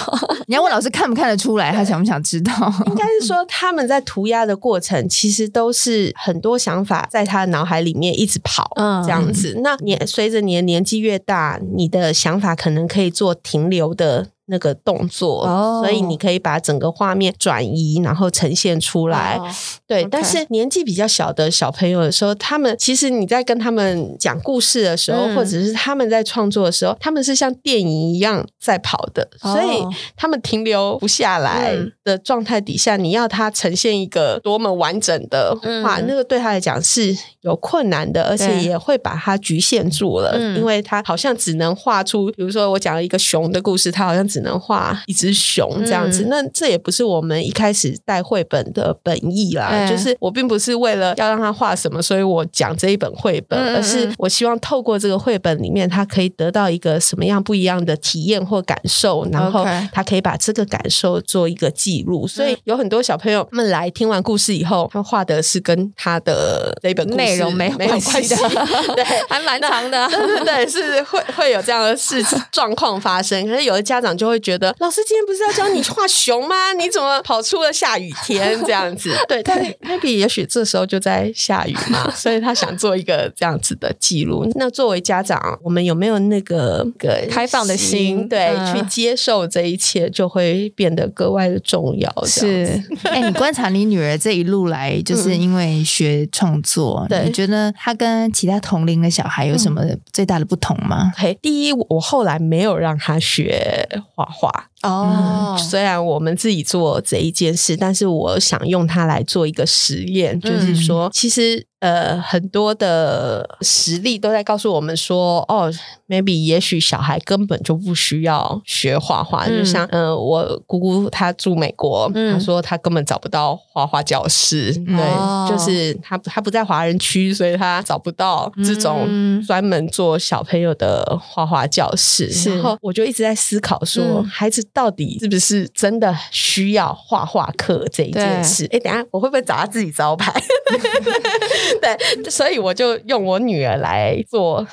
B: 你要问老师看不看得出来，他想不想知道？
C: 嗯
D: 应该是说他们在涂鸦的过程，其实都是很多想法在他的脑海里面一直跑，
C: 嗯
D: 这样子。那你随着你的年纪越大，你的想法可能可以做停留的。那个动作，
C: 哦
D: 所以你可以把整个画面转移，然后呈现出来。
C: 哦
D: 对
C: OK
D: 但是年纪比较小的小朋友的时候，他们其实你在跟他们讲故事的时候，
C: 嗯
D: 或者是他们在创作的时候，他们是像电影一样在跑的，
C: 哦
D: 所以他们停留不下来
C: 嗯
D: 的状态底下，你要他呈现一个多么完整的画，
C: 嗯
D: 那个对他来讲是有困难的，而且
C: 对
D: 也会把他局限住了，
C: 嗯
D: 因为他好像只能画出，比如说我讲了一个熊的故事，他好像只能画一只熊这样子，
C: 嗯
D: 那这也不是我们一开始带绘本的本意啦。
C: 对
D: 就是我并不是为了要让他画什么，所以我讲这一本绘本，
C: 嗯嗯嗯
D: 而是我希望透过这个绘本里面，他可以得到一个什么样不一样的体验或感受，然后
C: OK 嗯
D: 他可以把这个感受做一个记录。所以有很多小朋友他们来听完故事以后，他们画的是跟他的这一本故事
C: 内容没有
D: 没有
C: 关
D: 关
C: 系
D: 系
C: 的
D: 对。
C: 还蛮长的啊、
D: 对对对，是会会有这样的事状况发生。可是有的家长就就会觉得老师今天不是要教你画熊吗？你怎么跑出了下雨天这样子？ 对，但是 maybe 也许这时候就在下雨嘛，所以他想做一个这样子的记录。那作为家长，我们有没有那个个
C: 开放的心
D: 对，
C: 嗯
D: 去接受这一切，就会变得格外的重要。这样
C: 是
D: 子
B: 哎、你观察你女儿这一路来，就是因为学创作，
D: 对
B: 你觉得她跟其他同龄的小孩有什么
C: 嗯
B: 最大的不同吗？
D: OK，第一，我后来没有让他学画画。
B: 嗯
C: 哦
D: 虽然我们自己做这一件事，但是我想用它来做一个实验，
C: 嗯
D: 就是说，其实呃，很多的实例都在告诉我们说，哦，maybe 也许小孩根本就不需要学画画，
C: 嗯
D: 就像嗯、呃我姑姑她住美国，
C: 嗯
D: 她说她根本找不到画画教室，对，
C: 哦
D: 就是她她不在华人区，所以她找不到这种
C: 嗯
D: 专门做小朋友的画画教室，
C: 是
D: 然后我就一直在思考说，
C: 嗯
D: 孩子到底是不是真的需要画画课这一件事？哎，等一下我会不会找他自己招牌？ 对，所以我就用我女儿来做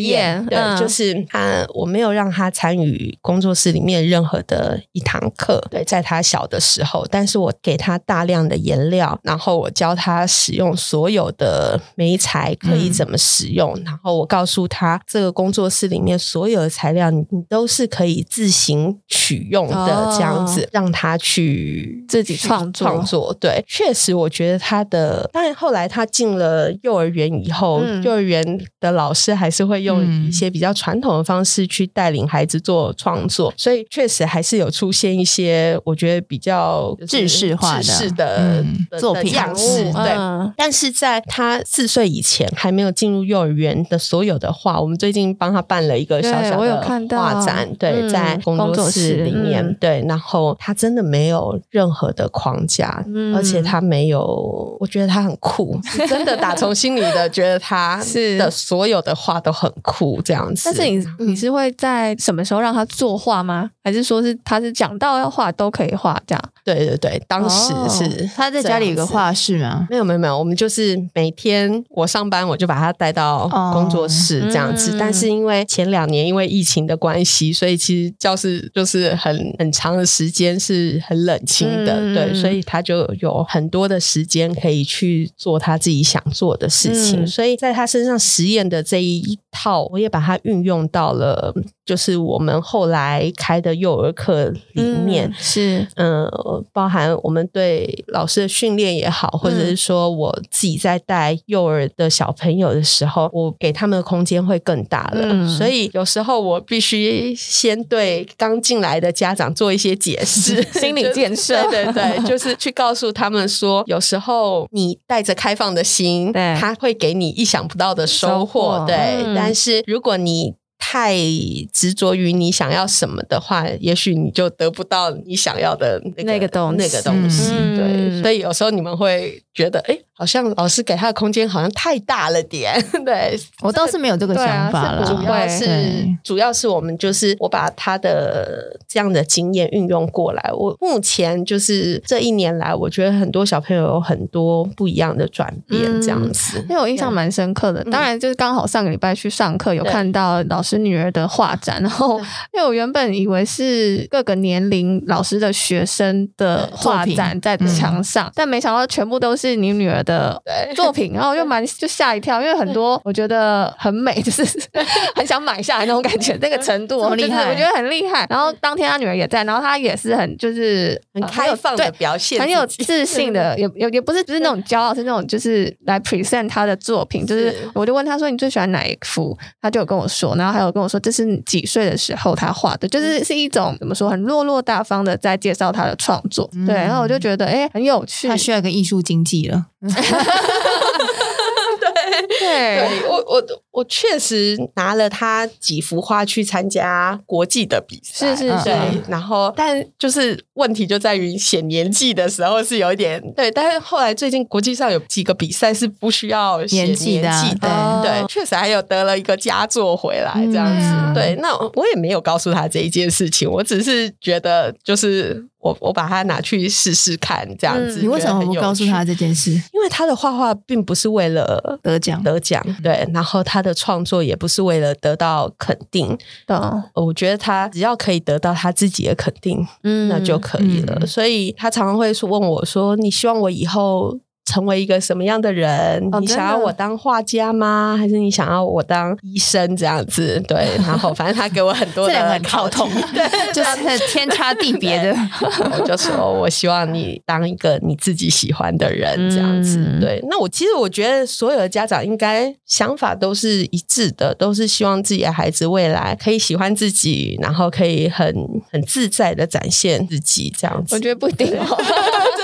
C: 实
D: 验，
C: 验
D: 对，
C: 嗯
D: 就是她，我没有让她参与工作室里面任何的一堂课，对，在她小的时候，但是我给她大量的颜料，然后我教她使用所有的媒材可
C: 嗯
D: 以怎么使用，然后我告诉她，这个工作室里面所有的材料你你都是可以自行取用的，
C: 哦
D: 这样子让她去
C: 自己创作
D: 创作。对，确实，我觉得他的，当然后来他进了幼儿园以后，
C: 嗯
D: 幼儿园的老师还是会用
B: 嗯
D: 一些比较传统的方式去带领孩子做创作，所以确实还是有出现一些我觉得比较就是
B: 制式化的
D: 制式的
B: 嗯
D: 的
B: 作
D: 的
B: 品
D: 样式，
B: 嗯
D: 对。
C: 嗯
D: 但是在他四岁以前还没有进入幼儿园的所有的画，我们最近帮他办了一个小
C: 对
D: 小
C: 我有
D: 的
C: 看到
D: 画展，对，
C: 嗯
D: 在工
C: 工
D: 作
C: 作
D: 室
C: 室
D: 里面，
C: 嗯
D: 对。然后他真的没有任何的框架，
C: 嗯
D: 而且他没有，我觉得他很酷，是真的打从心里的觉得他
C: 是
D: 的所有的画都很酷这样子。
C: 但是你
D: 嗯
C: 你是会在什么时候让他作画吗？还是说是他是讲到要画都可以画这样？
D: 对对对，当时
C: 哦
D: 是
B: 她在家里有个
D: 这样子
B: 画室吗？
D: 没有没有没有，我们就是每天我上班我就把他带到工作室这样子。
C: 哦嗯
D: 但是因为前两年因为疫情的关系，所以其实教室就是很很长的时间是很冷清的，
C: 嗯
D: 对，所以他就有很多的时间可以去做他自己想做的事情。
C: 嗯
D: 所以在他身上实验的这一套，我也把它运用到了，就是我们后来开的幼儿课里面。
C: 嗯是
D: 嗯，包含我们对老师的训练也好，或者
C: 嗯
D: 是说我自己在带幼儿的小朋友的时候，我给他们的空间会更大了。
C: 嗯
D: 所以有时候我必须先对刚进来的家长做一些解释，
C: 心理建设
D: 对对对，就是去告诉他们说，有时候你带着开放的心，
C: 对
D: 他会给你意想不到的收
C: 收
D: 获。
C: 获
D: 对，
C: 嗯
D: 但是如果你太执着于你想要什么的话，也许你就得不到你想要的那个
C: 那个东西
D: 那个东西
C: 嗯
D: 对，所以有时候你们会觉得，哎，好像老师给他的空间好像太大了点。 对，
B: 我倒是没有这个
C: 对啊
B: 想法
C: 是
B: 了。
C: 不
D: 主要
C: 会
D: 是
B: 对
D: 主要是我们就是我把他的这样的经验运用过来。我目前就是这一年来，我觉得很多小朋友有很多不一样的转变，
C: 嗯
D: 这样子。
C: 因为我印象蛮深刻的，
D: 嗯
C: 当然就是刚好上个礼拜去上课，有
D: 对
C: 看到老师女儿的画展，然后因为我原本以为是各个年龄老师的学生的画展在
D: 嗯
C: 墙上，但没想到全部都是你女儿的
D: 对
C: 作品，然后我就蛮就吓一跳，因为很多我觉得很美，就是 很想买下来那种感觉，那个程度，
B: 这么
C: 我觉
B: 厉
C: 得
B: 害
C: 我觉得很厉害。然后当天她女儿也在，然后她也是很就是
D: 很
C: 呃
D: 开
C: 有
D: 放
C: 对
D: 的表现自
C: 很
D: 己，
C: 有自信的，也也也不是不是那种骄傲，是那种就是来 present 他的作品。就是
D: 是
C: 我就问他说你最喜欢哪一幅，他就有跟我说，然后还有跟我说这是你几岁的时候他画的，就是是一种怎么说很落落大方的在介绍他的创作。
B: 嗯
C: 对，然后我就觉得哎、很有趣
B: 她，需要一个艺术经济了。
C: 对。
D: 哎对我我我确实拿了他几幅画去参加国际的比赛，
C: 是是
B: 嗯
C: 是，
D: 对，然后但就是问题就在于写年纪的时候是有一点
B: 嗯
D: 对，但是后来最近国际上有几个比赛是不需要写
B: 年纪的啊
D: 年纪
C: 哦
D: 对，确实还有得了一个佳作回来
B: 嗯
D: 这样子。
B: 对啊
D: 对，那我也没有告诉他这一件事情，我只是觉得就是我我把它拿去试试看，这样子。
B: 嗯你为什么不
D: 觉得很有
B: 告诉他
D: 趣？
B: 这件事？
D: 因为他的画画并不是为了
B: 得奖，
D: 得奖，对，然后他的创作也不是为了得到肯定，
C: 懂，
D: 呃我觉得他只要可以得到他自己的肯定，
C: 嗯
D: 那就可以了。
B: 嗯
D: 所以他常常会说问我说：“你希望我以后成为一个什么样的人？
C: 哦
D: 你
C: 真
D: 想要
C: 的
D: 我当画家吗？还是你想要我当医生这样子？”对，然后反正他给我很多
B: 这两个
D: 的
B: 很跳
D: 考
B: 痛
D: 题， 对，
B: 就是天差地别的。
D: 我 就说我希望你当一个你自己喜欢的人这样子。
C: 嗯
D: 对，那我其实我觉得所有的家长应该想法都是一致的，都是希望自己的孩子未来可以喜欢自己，然后可以很很自在的展现自己这样子。
C: 我觉得不一定 哦。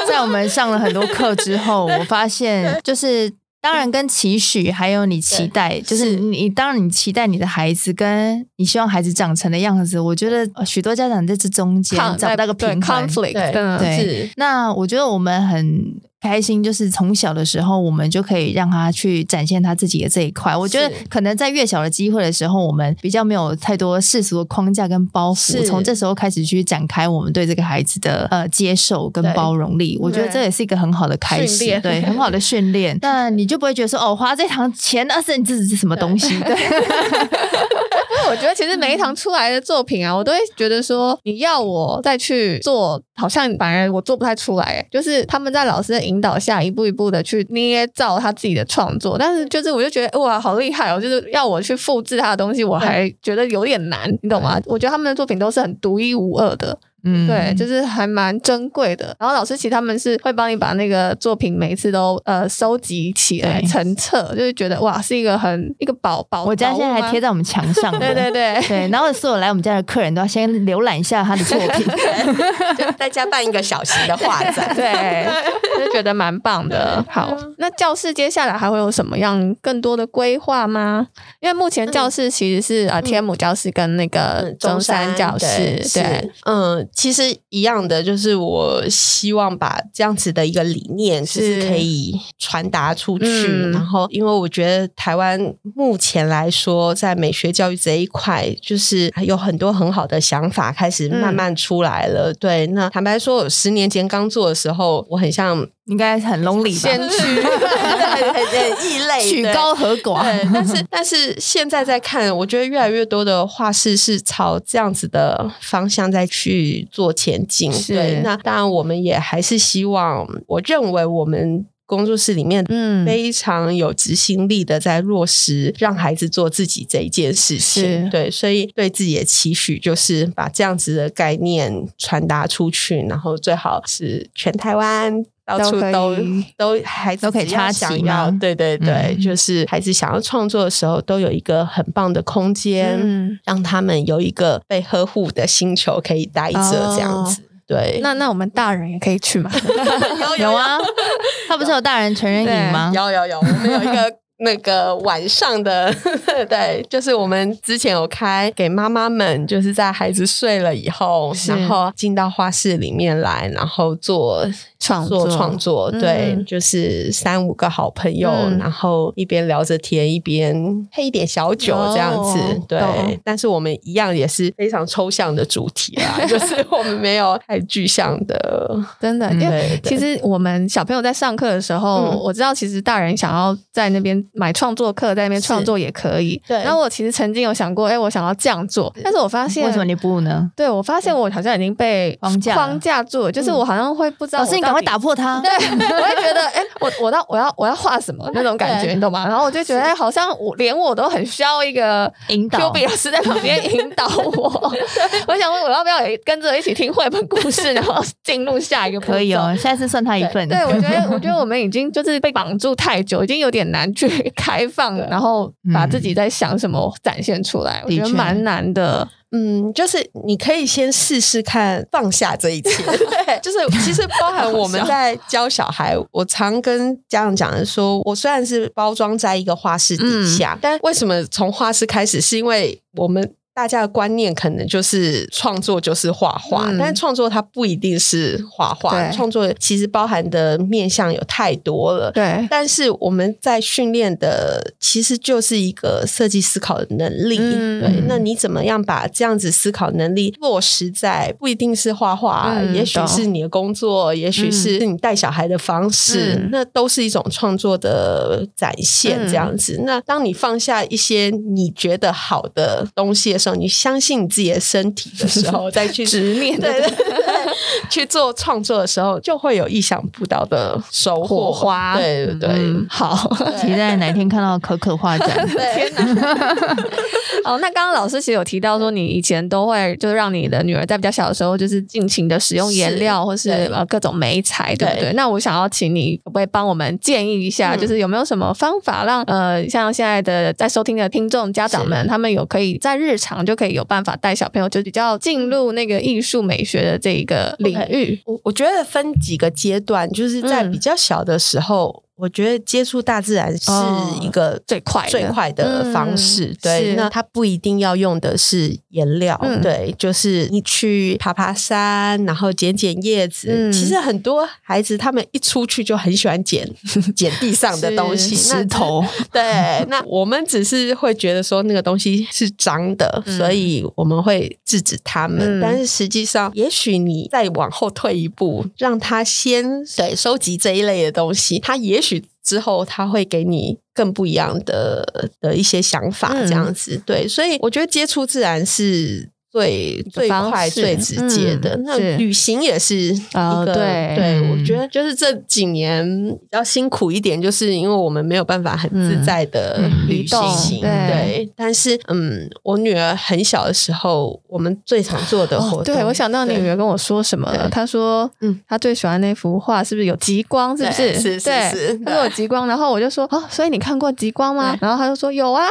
B: 在我们上了很多课之后，我发 现就是。当然，跟期许还有你期待，就是你当然你期待你的孩子跟你希望孩子长成的样子，我觉得呃许多家长在这中间
C: 抗
B: 找不到一个
C: 对
B: 平衡。
C: conflict，嗯
D: 对
C: 真的
B: 对
C: 是
B: 那我觉得我们很开心，就是从小的时候，我们就可以让他去展现他自己的这一块。我觉得可能在越小的机会的时候，我们比较没有太多世俗的框架跟包袱，
D: 是
B: 从这时候开始去展开我们对这个孩子的呃接受跟
D: 对
B: 包容力。我觉得
C: 对
B: 这也是一个很好的开
C: 训
B: 始，
C: 练
B: 对，很好的训 练。那你就不会觉得说哦，花这堂钱二十你这是什么东西？ 对，
C: 因为我觉得其实每一堂出来的作品啊，我都会觉得说，你要我再去做，好像反而我做不太出来。就是他们在老师的引导下，一步一步的去捏造他自己的创作，但是就是我就觉得哇，好厉害哦！就是要我去复制他的东西，我还觉得有点难，你懂吗？我觉得他们的作品都是很独一无二的，
B: 嗯
C: 对，就是还蛮珍贵的。然后老师其实他们是会帮你把那个作品每一次都呃收集起来
B: 对
C: 成册，就是觉得哇，是一个很一个宝宝。
B: 我家现在还贴
C: 在，
B: 在我们墙上呢。
C: 对对对。
B: 对，然后所有来我们家的客人都要先浏览一下他的作 品。
D: 就在家办一个小型的画 展。
C: 对，就觉得蛮棒的。好，那教室接下来还会有什么样更多的规划吗？因为目前教室其实是、呃天母教室跟那个
D: 嗯
C: 中山教室，对，
D: 对是嗯，其实一样的，就是我希望把这样子的一个理念，就是
C: 是
D: 可以传达出去。
C: 嗯
D: 然后，因为我觉得台湾目前来说，在美学教育这一块，就是有很多很好的想法开始
C: 嗯
D: 慢慢出来了。对，那坦白说，我十年前刚做的时候，我很像
B: 应该很 lonely 吧？
C: 先 驱
D: 很很异 类
B: 曲
D: 对
B: 高和
C: 啊
B: 寡，
D: 对，但是但是现在在看，我觉得越来越多的画室是朝这样子的方向再去做前进。
B: 是
D: 对，那当然我们也还是希望，我认为我们工作室里面。
C: 嗯，
D: 非常有执行力的，在落实让孩子做自己这一件事
C: 是
D: 情，对，所以对自己的期许就是把这样子的概念传达出去，然后最好是全台湾到
C: 都
D: 处
C: 可以
D: 都都孩子
B: 都可以
D: 只要
B: 插
D: 想
B: 旗
D: 要
B: 吗
D: 对对对，
B: 嗯
D: 就是孩子想要创作的时候，都有一个很棒的空间，
C: 嗯，
D: 让他们有一个被呵护的星球可以待着，这样
B: 哦
D: 子。 对，
C: 那那我们大人也可以去嘛？
B: 有啊，他不是有大人
C: 哎
B: 成人影吗？
C: 啊
D: 有有有，我们有一 个那个晚上的， 对，就是我们之前有开给妈妈们，就是在孩子睡了以后，
C: 是
D: 然后进到画室里面来，然后做
C: 创
D: 做
C: 作
D: 创作，
C: 嗯
D: 对，就是三五个好朋友，
C: 嗯
D: 然后一边聊着天，一边配一点小酒
C: 哦
D: 这样子，
C: 懂
D: 对。但是我们一样也是非常抽象的主题 啊，就是我们没有太具象的，
C: 真的，
B: 嗯
C: 因为
D: 对，
C: 其
D: 对
C: 实我们小朋友在上课的时候，
D: 嗯
C: 我知道其实大人想要在那边买创作课，在那边创作也可以。
D: 对
C: 然后我其实曾经有想过，哎、我想要这样做，但是我发现
B: 为什么你不呢？
C: 对，我发现我好像已经被
B: 框架了嗯
C: 框架住了，就是我好像会不知道。
B: 老哦师，你赶快打。破它
C: 对，。我会觉得，哎、我我到我要我要画什 么那种感觉，
D: 对
C: 你懂吗？然后我就觉得，哎、好像我连我都很需要一个
B: 引导
C: Q B 老师在旁边引导 我。 我想问，我要不要也跟着一起听绘本故事，然后进入下一个步骤
B: 可以哦，下次算他一份。
C: 对，我觉得，我觉得我们已经就是被绑住太久，已经有点难去 开放，然后把自己在想什么展现出来，我觉得
B: 嗯的确
C: 蛮难的。
D: 嗯，就是你可以先试试看放下这一切。对， 就是其实包含我们在教小孩，我常跟家长讲的说，我虽然嗯是包装在一个画室底下，但为什么从画室开始，是因为我们。大家的观念可能就是创作就是画画，
C: 嗯
D: 但是创作它不一定是画画，
C: 对
D: 创作其实包含的面向有太多了。
C: 对，
D: 但是我们在训练的其实就是一个设计思考的能力，
C: 嗯
D: 对。那你怎么样把这样子思考能力落实在不一定是画画，
C: 嗯
D: 也许
C: 懂
D: 是你的工作，也许是你带小孩的方式，
C: 嗯
D: 那都是一种创作的展现。
C: 嗯
D: 这样子，那当你放下一些你觉得好的东西的时候，你相信你自己的身体的时 候，再去
C: 执念的
D: 对对对，去做创作的时候，就会有意想不到的收
C: 火
D: 获。
C: 花
D: 对对对。
C: 嗯，好。
B: 期待哪天看到可可画展。
C: 天哪！ 哦，那刚刚老师其实有提到说，你以前都会就是让你的女儿在比较小的时候，就是尽情的使用颜料或是
D: 对
C: 呃各种美彩，对不
D: 对
C: 对？那我想要请你，可不可以帮我们建议一下，
D: 嗯
C: 就是有没有什么方法让呃像现在的在收听的听众家长们，他们有可以在日常就可以有办法带小朋友，就比较进入那个艺术美学的这一个领域？
D: 我我觉得分几个阶段，就是在
C: 嗯
D: 比较小的时候，我觉得接触大自然是
C: 哦
D: 一个
C: 最快的
D: 最快的方式。
C: 嗯
D: 对，
C: 是
D: 那它不一定要用的是颜料，
C: 嗯
D: 对，就是你去爬爬山，然后捡捡叶子。
C: 嗯
D: 其实很多孩子他们一出去就很喜欢 捡捡地上的东西，
C: 是
D: 那
B: 石头，
D: 对，那我们只是会觉得说那个东西是脏的，
C: 嗯
D: 所以我们会制止他们。
C: 嗯
D: 但是实际上，也许你再往后退一步，让他先对收集这一类的东西，他也许之后他会给你。更不一样的的一些想法，
C: 嗯
D: 这样子、对，所以我觉得接触自然是最最
C: 方
D: 快、
C: 式
D: 最直接的。
C: 嗯
D: 那
C: 是
D: 旅行也是一个，
C: 哦对
D: 对我
B: 嗯
D: 觉得。就是这几年比较辛苦一点，就是因为我们没有办法很自在的
B: 嗯
D: 旅行，
C: 移动对
D: 对。但是，嗯，我女儿很小的时候，我们最常做的活动，
C: 哦对，我想到你女
D: 对
C: 儿跟我说什么了
D: 对。
C: 她说，嗯
D: 嗯，
C: 她最喜欢那幅画，是不是有极光？是不
D: 对
C: 是？
D: 是是
C: 对
D: 是
C: 她说有极光，然后我就说，哦，所以你看过极光吗？然后她就说有啊，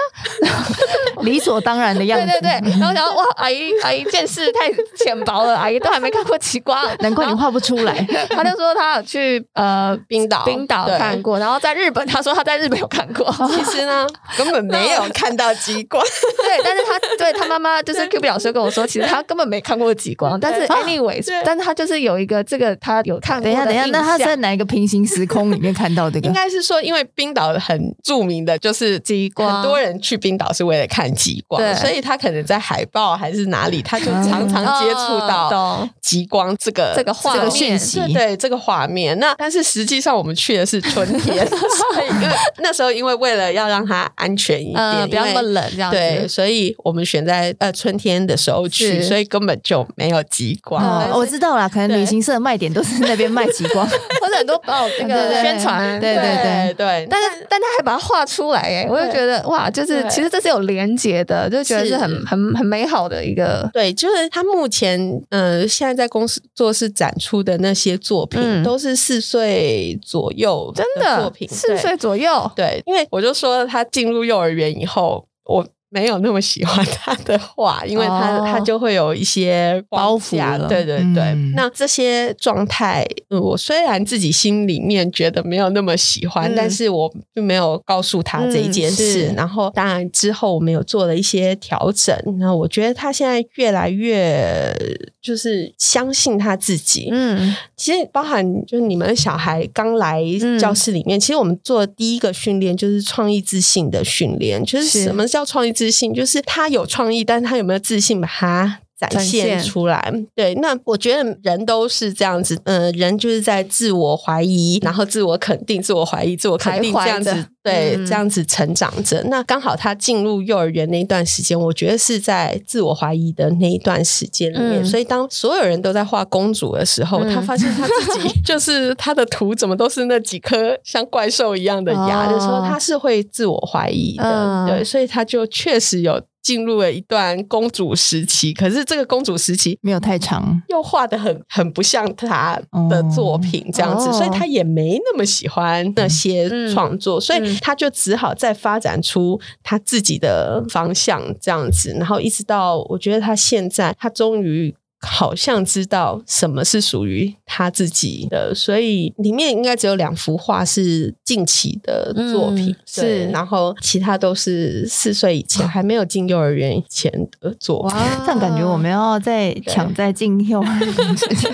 B: 理所当然的样
C: 对
B: 子。
C: 对对。然后我想，哇，阿姨阿姨见识太浅薄了，阿姨都还没看过极光，
B: 难怪你画不出来。
C: 她就说她有去呃
D: 冰岛，
C: 冰岛哦
D: 对
C: 看过，然后在日本，她说她在日本有看过，
D: 其实 呢，根本没有看到极光。
C: 对，但是他对他妈妈就是 Q B 老师跟我说，其实他根本没看过极光，但是 anyways，
D: 对
C: 但是他就是有一个这个他有看过
B: 等一
C: 的
B: 下，等一下，
C: 印
B: 那他
C: 象
B: 在哪一个平行时空里面看到这个
D: 应？该是说，因为冰岛很著名的就是
C: 极光
D: 很多人去冰岛是为了看极光
C: 对，嗯
D: 所以他可能在海报还是哪里，他就常常接触
C: 哦
D: 到
C: 懂
D: 极光这个
C: 呃这个画
B: 这
C: 面
B: 个讯息
D: 对对，这个画面。那但是实际上我们去的是春 天，所以因为那时候因为为了要让它安全一点，
C: 嗯，不要那么
D: 因为
C: 冷这样子，
D: 对，所以我们选在呃春天的时候去，
C: 是
D: 所以根本就没有极光。
B: 哦
D: 但，是
B: 我知道啦，可能旅行社的卖点都是那边卖极光，
C: 或者很多哦那
B: 对
C: 个
B: 对
C: 宣传，
B: 对对
D: 对对，
C: 但是但他还把它画出来哎，我就觉得哇，就是
D: 对
C: 其实这是有连结的，就觉得是
D: 是
C: 很很很美好的一个，
D: 对，就是他目前呃，现在在公司做室展出的那些作品，
C: 嗯
D: 都是四岁左右
C: 真
D: 的
C: 的
D: 作品，
C: 四
D: 对
C: 岁左右，
D: 对，因为我就说他进入幼儿园以后，我没有那么喜欢他的画，因为他、
C: 哦
D: 他就会有一些
B: 包袱
D: 框架
B: 了
D: 对对对，
B: 嗯
D: 那这些状态、呃我虽然自己心里面觉得没有那么喜欢，
C: 嗯
D: 但是我并没有告诉他这一件事。
C: 嗯是
D: 然后，当然之后我们有做了一些调整。那我觉得他现在越来越就是相信他自己，
C: 嗯
D: 其实包含就是你们小孩刚来教
C: 嗯
D: 室里面，其实我们做的第一个训练就是创意自信的训练，就是
C: 是
D: 什么叫创意自信？就是他有创意，但是他有没有自信把它。展现出来，对，那我觉得人都是这样子，呃，人就是在自我怀疑，然后自我肯定、自我怀疑、自我肯定
C: 徘徊
D: 这样子
C: 着，
D: 对，
C: 嗯
D: 这样子成长着。那刚好他进入幼儿园那一段时间，我觉得是在自我怀疑的那一段时间里面，
C: 嗯
D: 所以当所有人都在画公主的时候，
C: 嗯
D: 他发现他 自己就是他的图怎么都是那几颗像怪兽一样的牙
C: 哦
D: 的时候，他是会自我怀疑的，
C: 嗯
D: 对，所以他就确实有进入了一段公主时期。可是这个公主时期
B: 没有太长。
D: 又画的很很不像他的作品这样子，
C: 哦
D: 所以他也没那么喜欢那些创作，所以
C: 嗯
D: 他就只好再发展出他自己的方向这样子，然后一直到我觉得他现在，他终于。好像知道什么是属于他自己的，所以里面应该只有两幅画是近期的作品，
C: 嗯
D: 对
C: 是
D: 然后其他都是四岁以前还没有进幼儿园以前的作品。
B: 这样感觉我们要再抢在进幼儿园之前，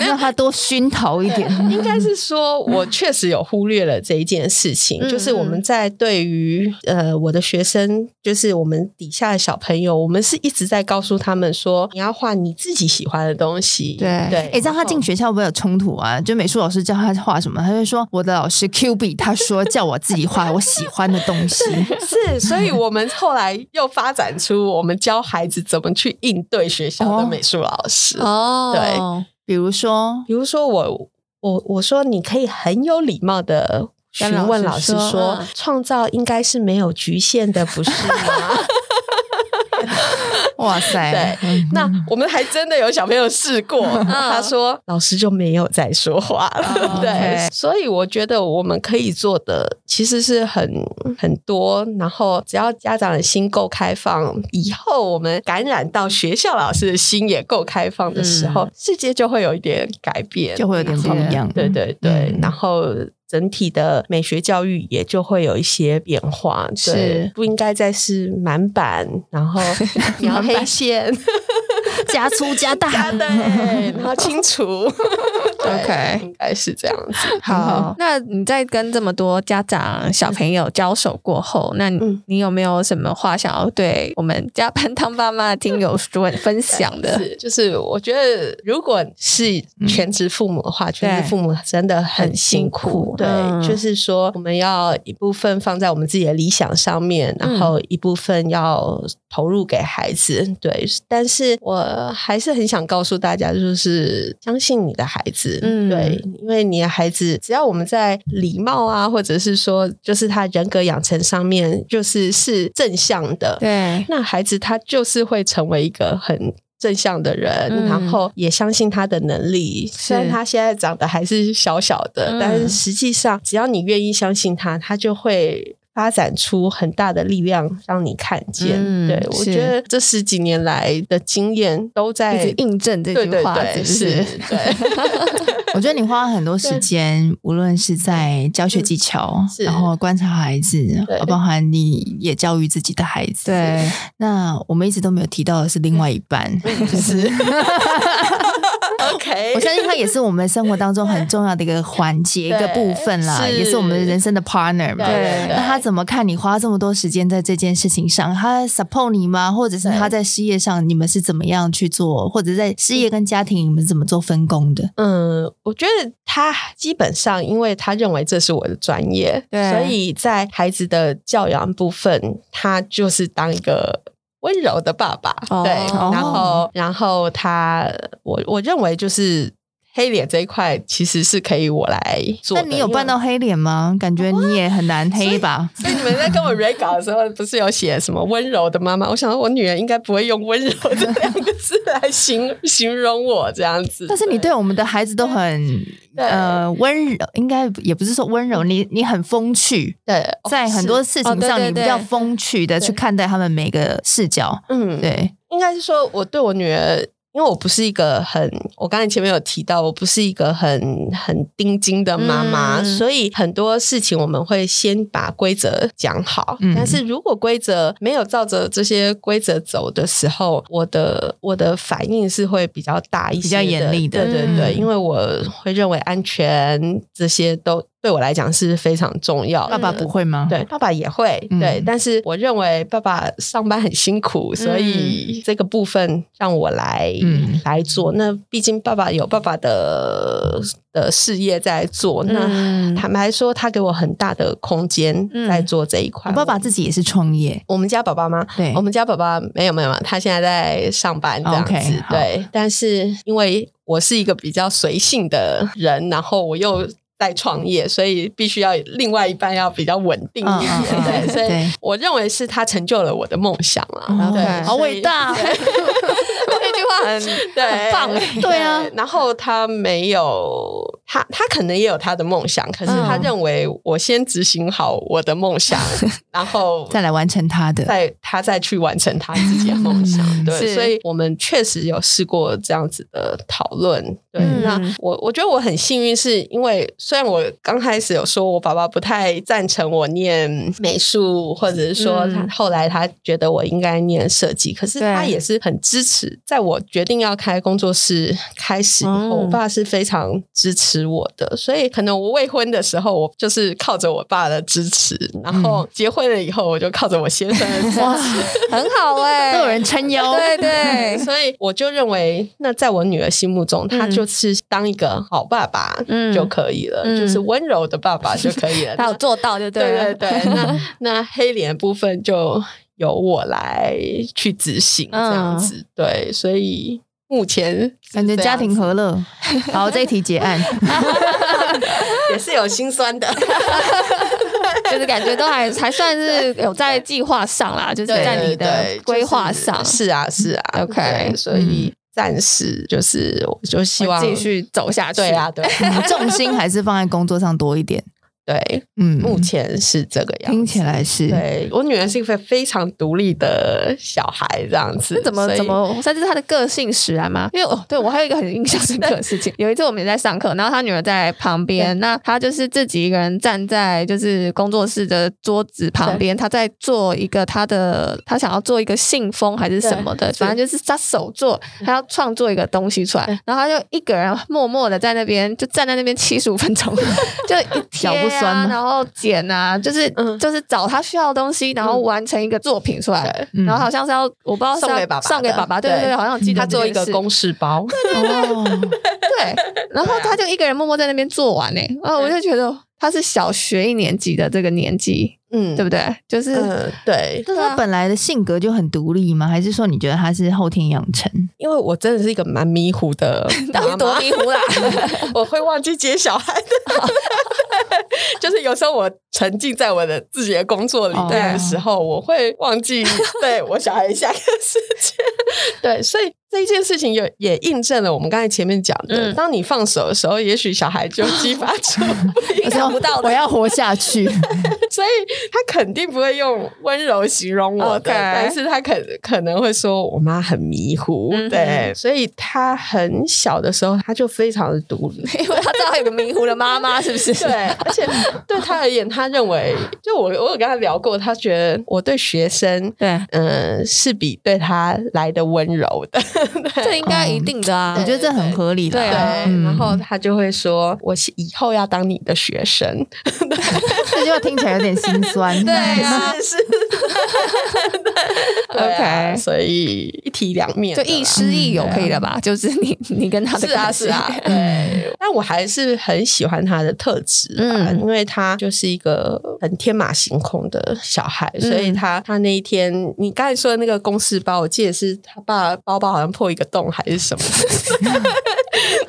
B: 让他多熏陶一点。
D: 应该是说，我确实有忽略了这一件事情，
C: 嗯
D: 就是我们在对于呃我的学生，就是我们底下的小朋友，我们是一直在告诉他们说，你要画你自己喜欢的东西。
C: 对
D: 对，
B: 哎、欸，让他进
D: 去。
B: 学校会不会有冲突啊？就美术老师叫他画什么，他就说我的老师 Q B 他说叫我自己画我喜欢的东 西。
D: 是，所以我们后来又发展出我们教孩子怎么去应对学校的美术老师。
C: 哦，
B: 比如 说，
D: 比如说我我我说你可以很有礼貌的询问老师
C: 跟老师说
D: 说
C: 嗯，
D: 创造应该是没有局限的，不是吗？
B: 哇塞，嗯
D: 那我们还真的有小朋友试过，他说老师就没有再说话了。
C: 哦
D: 对
B: 嗯 OK，
D: 所以我觉得我们可以做的其实是很很多，然后只要家长的心够开放，以后我们感染到学校老师的心也够开放的时候，世界就会有一点改变，
B: 嗯就会有点不一样
D: 对对对，
B: 嗯
D: 然后。整体的美学教育也就会有一些变化，对
C: 是
D: 不应该再是满版，然后描黑线，
B: 加粗加大
D: 啊，对，然后清除。 对
B: OK
D: 应该是这样子。
B: 好。
C: 那你在跟这么多家长、小朋友交手过后，那你,、
D: 嗯
C: 你有没有什么话想要对我们加班当爸妈的听友说分享的？
D: 是，就是我觉得，如果是全职父母的话，全职父母真的很辛苦。
C: 嗯很辛苦
D: 对，
C: 嗯
D: 就是说，我们要一部分放在我们自己的理想上面，
C: 嗯
D: 然后一部分要投入给孩子。对，但是我还是很想告诉大家，就是相信你的孩子。
C: 嗯
D: 对，因为你的孩子，只要我们在礼貌啊，或者是说，就是他人格养成上面，就是是正向的。
C: 对，
D: 那孩子他就是会成为一个很正向的人，
C: 嗯
D: 然后也相信他的能力。虽然他现在长得还是小小的，
C: 嗯
D: 但是实际上只要你愿意相信他，他就会。发展出很大的力量，让你看见。
C: 嗯
D: 对我
C: 是
D: 觉得这十几年来的经验都在
C: 一直印证这
D: 哎对
C: 句
D: 对
C: 话，
D: 对，是， 对。
B: 我觉得你花了很多时间，无论是在教学技巧，
D: 是
B: 然后观察孩子
D: 对，
B: 包含你也教育自己的孩子。
C: 对，
B: 那我们一直都没有提到的是另外一 半，
D: 嗯
B: 就是。
D: OK，
B: 我相信他也是我们生活当中很重要的一个环节、一
D: 对
B: 个部分啦，
D: 是
B: 也是我们人生的 partner 嘛。
D: 对
B: 那他怎么看你花这么多时间在这件事情上？他 support 你吗？或者是
D: 对
B: 他在事业上你们是怎么样去做？或者在事业跟家庭你们是怎么做分工的？
D: 嗯，我觉得他基本上，因为他认为这是我的专业，
C: 对
D: 所以在孩子的教养部分，他就是当一个。温柔的爸爸，
C: 哦
D: 对，
B: 哦
D: 然后，然后他，我我认为就是黑脸这一块其实是可以我来做
B: 那
D: 的。
B: 你有扮
D: 因为
B: 到黑脸吗？感觉你也很难黑吧？
D: 所以你们在跟我 re 稿的时候，不是有写什么温柔的妈妈？我想我女儿应该不会用温柔这两个字来形 形容我这样子。
B: 但是你对我们的孩子都很
D: 对
B: 呃温柔，应该也不是说温柔，你你很风趣，
D: 对，
B: 在很多事
C: 哦
B: 情
C: 对
B: 上
C: 对
B: 你比较
C: 对
B: 风趣的去
D: 对
B: 看待他们每个视角。
D: 嗯，
B: 对，
D: 应该是说我对我女儿。因为我不是一个很，我刚才前面有提到，我不是一个很很钉钉的妈妈，
C: 嗯
D: 所以很多事情我们会先把规则讲好。
B: 嗯
D: 但是如果规则没有照着这些规则走的时候，我的我的反应是会比较大一些，
B: 比较严厉的
D: 的。对对对，
B: 嗯
D: 因为我会认为安全这些都对我来讲是非常重要嗯的。
B: 爸爸不会吗？
D: 对，爸爸也会、
B: 嗯
D: 对，但是我认为爸爸上班很辛苦，所以这个部分让我来、
B: 嗯
D: 来做。那毕竟爸爸有爸爸的的事业在做，那
C: 嗯，
D: 坦白说，他给我很大的空间
C: 嗯
D: 在做这一块。
B: 我爸爸自己也是创业，
D: 我们家宝宝吗？
B: 对
D: 我，们家宝宝没有没有，没有他现在在上班这样子。
B: 哦 OK，好
D: 对，但是因为我是一个比较随性的人，然后我又。在创业，所以必须要另外一半要比较稳定一点，
B: 嗯嗯嗯
D: 对，所以
B: 对
D: 我认为是他成就了我的梦想 啊，
B: 哦
D: 对，
B: 好伟大，
C: 这句话很
D: 对，
C: 很棒
D: 对，
B: 对啊
D: 然后他没有，他他可能也有他的梦想，可是他
C: 嗯
D: 认为我先执行好我的 梦想，然后
B: 再来完成他的。嗯
D: 再他再去完成他自己的梦想。对，
C: 嗯是
D: 所以我们确实有试过这样子的讨论。对，
B: 嗯
D: 那我我觉得我很幸运，是因为虽然我刚开始有说我爸爸不太赞成我念美术，或者是说他
C: 嗯
D: 后来他觉得我应该念设计，可是
C: 对
D: 他也是很支持。在我决定要开工作室开始以后，
C: 嗯
D: 我爸是非常支持我的，所以可能我未婚的时候，我就是靠着我爸的支持，然
C: 嗯
D: 后结婚了以后，我就靠着我先 生的支持。
B: 哇，
C: 很 好哎、
B: 都有人撑腰，
C: 对对，
D: 所以我就认为，那在我女儿心目中，她就是当一个好爸爸
C: 嗯
D: 就可以了，
C: 嗯
D: 就是温柔的爸爸就可 以了。
C: 他有
D: 那
C: 做到就
D: 对
C: 了
D: 对对， 那那黑脸部分就由我来去执行这
C: 嗯
D: 样子。对，所以目前是
B: 感觉
D: 这
B: 家
D: 样
B: 庭和 乐。好，这一题结案。
D: 也是有心酸的。
C: 就是感觉都还还算是有在计划上啦，就是
D: 对
C: 在你
D: 对对
C: 的规划上，嗯
D: 就是是啊是啊
C: OK 嗯
D: 对所以暂时就是我就希望
C: 继续走下去。
D: 对啊，对
B: 你重心还是放在工作上多一点。
D: 对，
B: 嗯，
D: 目前是这个样子。
B: 听起来是。
D: 对我女儿是一个非常独立的小孩，这样子
C: 那。怎么
D: 所以
C: 怎？么？但是他的个性使然吗？因为哦，对我还有一个很印象深刻的事情，有一次我们也在上课，然后他女儿在旁边，那他就是自己一个人站在就是工作室的桌子旁边，他在做一个他的他想要做一个信封还是什么的，反正就是他手做，他要创作一个东西出来，然后他就一个人默默的在那边就站在那边七十五分钟，就一贴
B: 脚不酸
C: 啊
B: 吗，
C: 然后剪啊，就是
D: 嗯
C: 就是找他需要的东西，然后完成一个作品出来
D: 对，
B: 嗯
C: 然后好像哦是要我不知道。
D: 送给爸爸的
C: 送给爸爸，对对
D: 对
C: 对，好像记得
D: 她做一
C: 这
D: 个
C: 件事
D: 公事包，
B: 哦，
D: 啊
C: 对，然后他就一个人默默在那边做完呢，然后我就觉得他是小学一年级的这个年纪，对
D: 嗯对
C: 不对？就是
D: 嗯，对，
B: 那他本来的性格就很独立吗？还是说你觉得他是后天养成？
D: 因为我真的是一个蛮迷糊的
C: 到 底
D: 妈
C: 多
D: 妈，
C: 迷 糊啦，
D: 我会忘记接 小孩的，就是有时候我沉浸在我的自己的工作里
B: 哦
D: 面的时候，我会忘记对我小孩下一个事情。对，所以这一件事情也也印证了我们刚才前面讲的，
C: 嗯
D: 当你放手的时候，也许小孩就激发出不一样
B: 我说我要活下去。
D: 所以他肯定不会用温柔形容我
C: OK
D: 的哦但是他可可能会说我妈很迷糊，
C: 嗯哼
D: 对，所以他很小的时候他就非常的独立，
C: 因为他知道他有个迷糊的妈妈，是不是？
D: 对，而且对他而言，他认为就我我有跟他聊过，他觉得我 对学生。
C: 对，
D: 嗯，是比对他来的温柔的，
C: 这应该一定的啊
D: 嗯
B: 我。觉得这很合理啦
C: 对
D: 对。
C: 啊
B: 嗯
D: 然后他就会说：“我是以后要当你的学生。
B: 这句话听起来有点心 酸。
C: 对啊
D: 是是 对啊
C: OK
D: 所以一体两面的
C: 就
D: 啦，
C: 亦师亦友可以了吧？就是你你跟他的
D: 啊嗯是啊
C: 关系
D: 是啊，
B: 嗯
D: 对。但我还是很喜欢他的特质吧，
C: 嗯
D: 因为他就是一个很天马行空的小孩，所以他他那一天你刚才说的那个公事包，我记得是他爸包包好像破一个洞还是什么。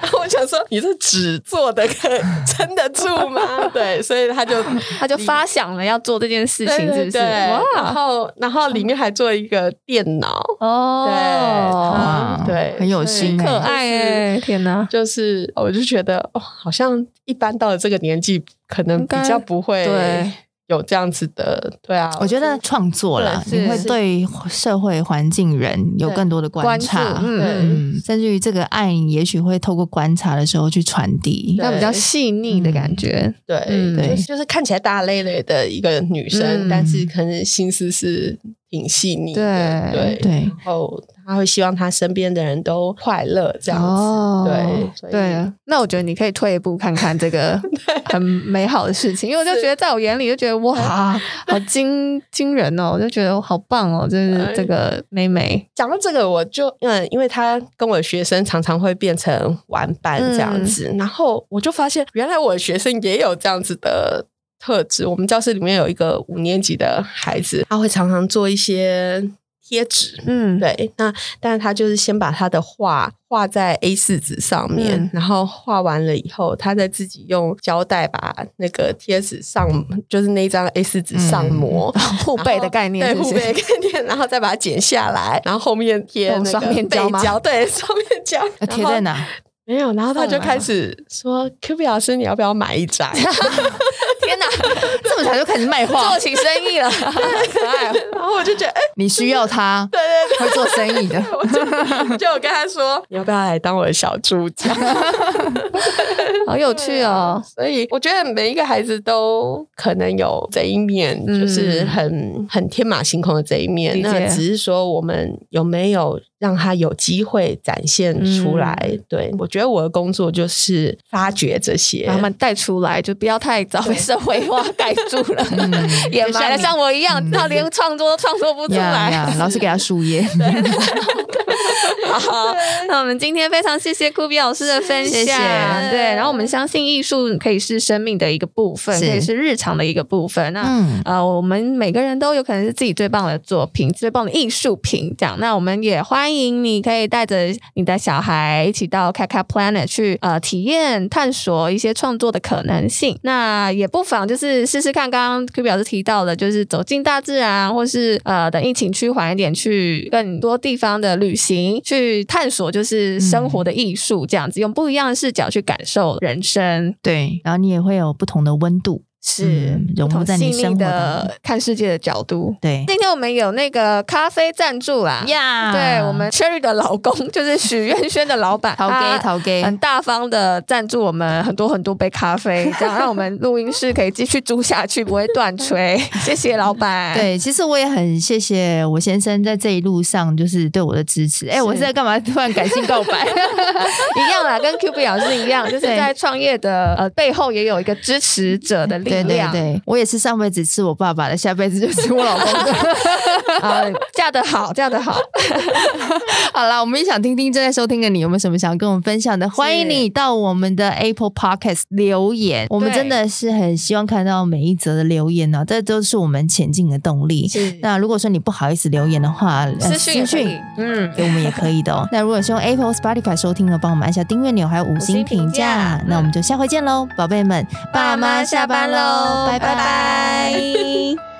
D: 然后我想说，你这纸做的可撑得住吗？对，所以他就
C: 他就发想了要做这件事情，是
D: 对
C: 不
D: 对
C: 是？
D: 对然
C: 哇，
D: 后然后里面还做一个电脑，
C: 哦，
B: 哇，
D: 对
B: 很有心
D: 欸
C: 可
B: 哎。
C: 爱哎，天哪！
D: 就是我就觉得哦，好像一般到了这个年纪，可能
C: 应
D: 比
C: 该
D: 较不会
C: 对
D: 有这样子的，对啊，
B: 我觉得创作啦，
C: 对
B: 你
C: 是
B: 会对社会环境人有更多的观察，
C: 关注嗯
B: 嗯，甚至于这个爱，也许会透过观察的时候去传递。
D: 对
C: 那比较细腻的感觉，
D: 对，
C: 嗯
D: 就
B: 对
D: 是就是看起来大咧咧的一个女生，
C: 嗯
D: 但是可能心思是挺细腻的，
C: 对
D: 对
B: 对
D: 然后她会希望她身边的人都快乐这样子，对所
C: 哦
D: 以
C: 对，那我觉得你可以退一步看看这个很美好的事情，因为我就觉得在我眼里就觉得哇，好惊惊人哦，我就觉得好棒哦，就是
D: 哎
C: 这个妹妹，
D: 讲到这个，我就嗯，因为他跟我的学生常常会变成玩伴这样子，然后我就发现原来我的学生也有这样子的特质。我们教室里面有一个五年级的孩子，他会常常做一些贴纸，
C: 嗯，
D: 对，那但是他就是先把他的画画在 A 四纸上面，
C: 嗯
D: 然后画完了以后，他再自己用胶带把那个贴纸上，就是那张 A 四纸上膜，
C: 护背的概念
D: 对
C: 是不
D: 护
C: 是，
D: 背的概念，然后再把它剪下来，然后后面贴
C: 用
D: 那个
C: 双面胶
D: 背
C: 吗
D: 对，双面胶
B: 要贴在？哪？
D: 然没有，然后他就开始说：“Q B 老师，你要不要买一张？”
C: 天哪，
B: 这么早就开始卖画
C: 做，起生意了，可爱哦。
D: 然后我就觉得，哎、
B: 你需要 他，
D: 对对对，
B: 他做生意的。
D: 我就就我跟 他说，你要不要来当我的小助教？
C: 好有趣哦！
D: 所以我觉得每一个孩子都可能有这一面，
C: 嗯
D: 就是很很天马行空的这一面。
C: 理解
D: 那只是说我们有没有让他有机会展现出来？
C: 嗯
D: 对我觉得我的工作就是发掘这些
C: 把。他们带出来，就不要太早被社会化盖住了，
B: 嗯
C: 掩埋了，像我一样，到连创作都创作不出
B: 呀
C: 来。
B: 呀，老师给他输 液，
C: 好， 那我们今天非常谢谢酷比老师的分享，
B: 谢谢
C: 对，然后我们相信艺术可以是生命的一个部分，
B: 是
C: 可以是日常的一个部分。那、
B: 嗯，
C: 呃，我们每个人都有可能是自己最棒的作品、最棒的艺术品，这样。那我们也欢迎你可以带着你的小孩一起到 Kaka Planet 去呃体验、探索一些创作的可能性。那也不妨就是试试看，刚刚 Q 表示提到的，就是走进大自然，或是呃等疫情趋缓一点，去更多地方的旅行，去探索就是
B: 嗯
C: 生活的艺术，这样子、用不一样的视角去感受人生。
B: 对，然后你也会有不同的温度，
C: 是、
B: 嗯
C: 不
B: 融入
C: 同
B: 在
C: 细
B: 你
C: 腻
B: 生活当中
C: 的看世界的角度。
B: 对
C: 今天我们有那个咖啡赞助啦。
B: 呀
C: 对我们 Cherry 的老公就是许愿轩的老板，
B: 陶
C: 他
B: 给陶给，
C: 很大方的赞助我们很多很多杯咖啡，这样让我们录音室可以继续租下去，不会断 吹。谢谢老板。，
B: 对，其实我也很谢谢我先生在这一路上就是对我的支持。哎、我是在干嘛？突然感性告 白？
C: 一样啦，跟 Q B 老师一样，就是
B: 对
C: 在创业的呃背后也有一个支持者的力
B: 对对
C: 量。
B: 对，我也是上辈子是我爸爸的，下辈子就是我老公的。
C: 啊，嫁得好，嫁得好。
B: 好啦，我们也想听听正在收听的你有没有什么想跟我们分享的？欢迎你到我们的 Apple Podcast 留言，我们
C: 对
B: 真的是很希望看到每一则的留言呢、啊这都是我们前进的动力。
C: 是哦
B: 那如果说你不好意思留言的话，呃
C: 私讯也可以，嗯。
B: 给我们也可以 的哦。那如果是用 Apple、Spotify 收听的，帮我们按下订阅钮，还有五星评
C: 五星评
B: 价
C: 价。
B: 那我们就下回见喽，宝贝们，爸妈下班喽，拜拜。
C: 拜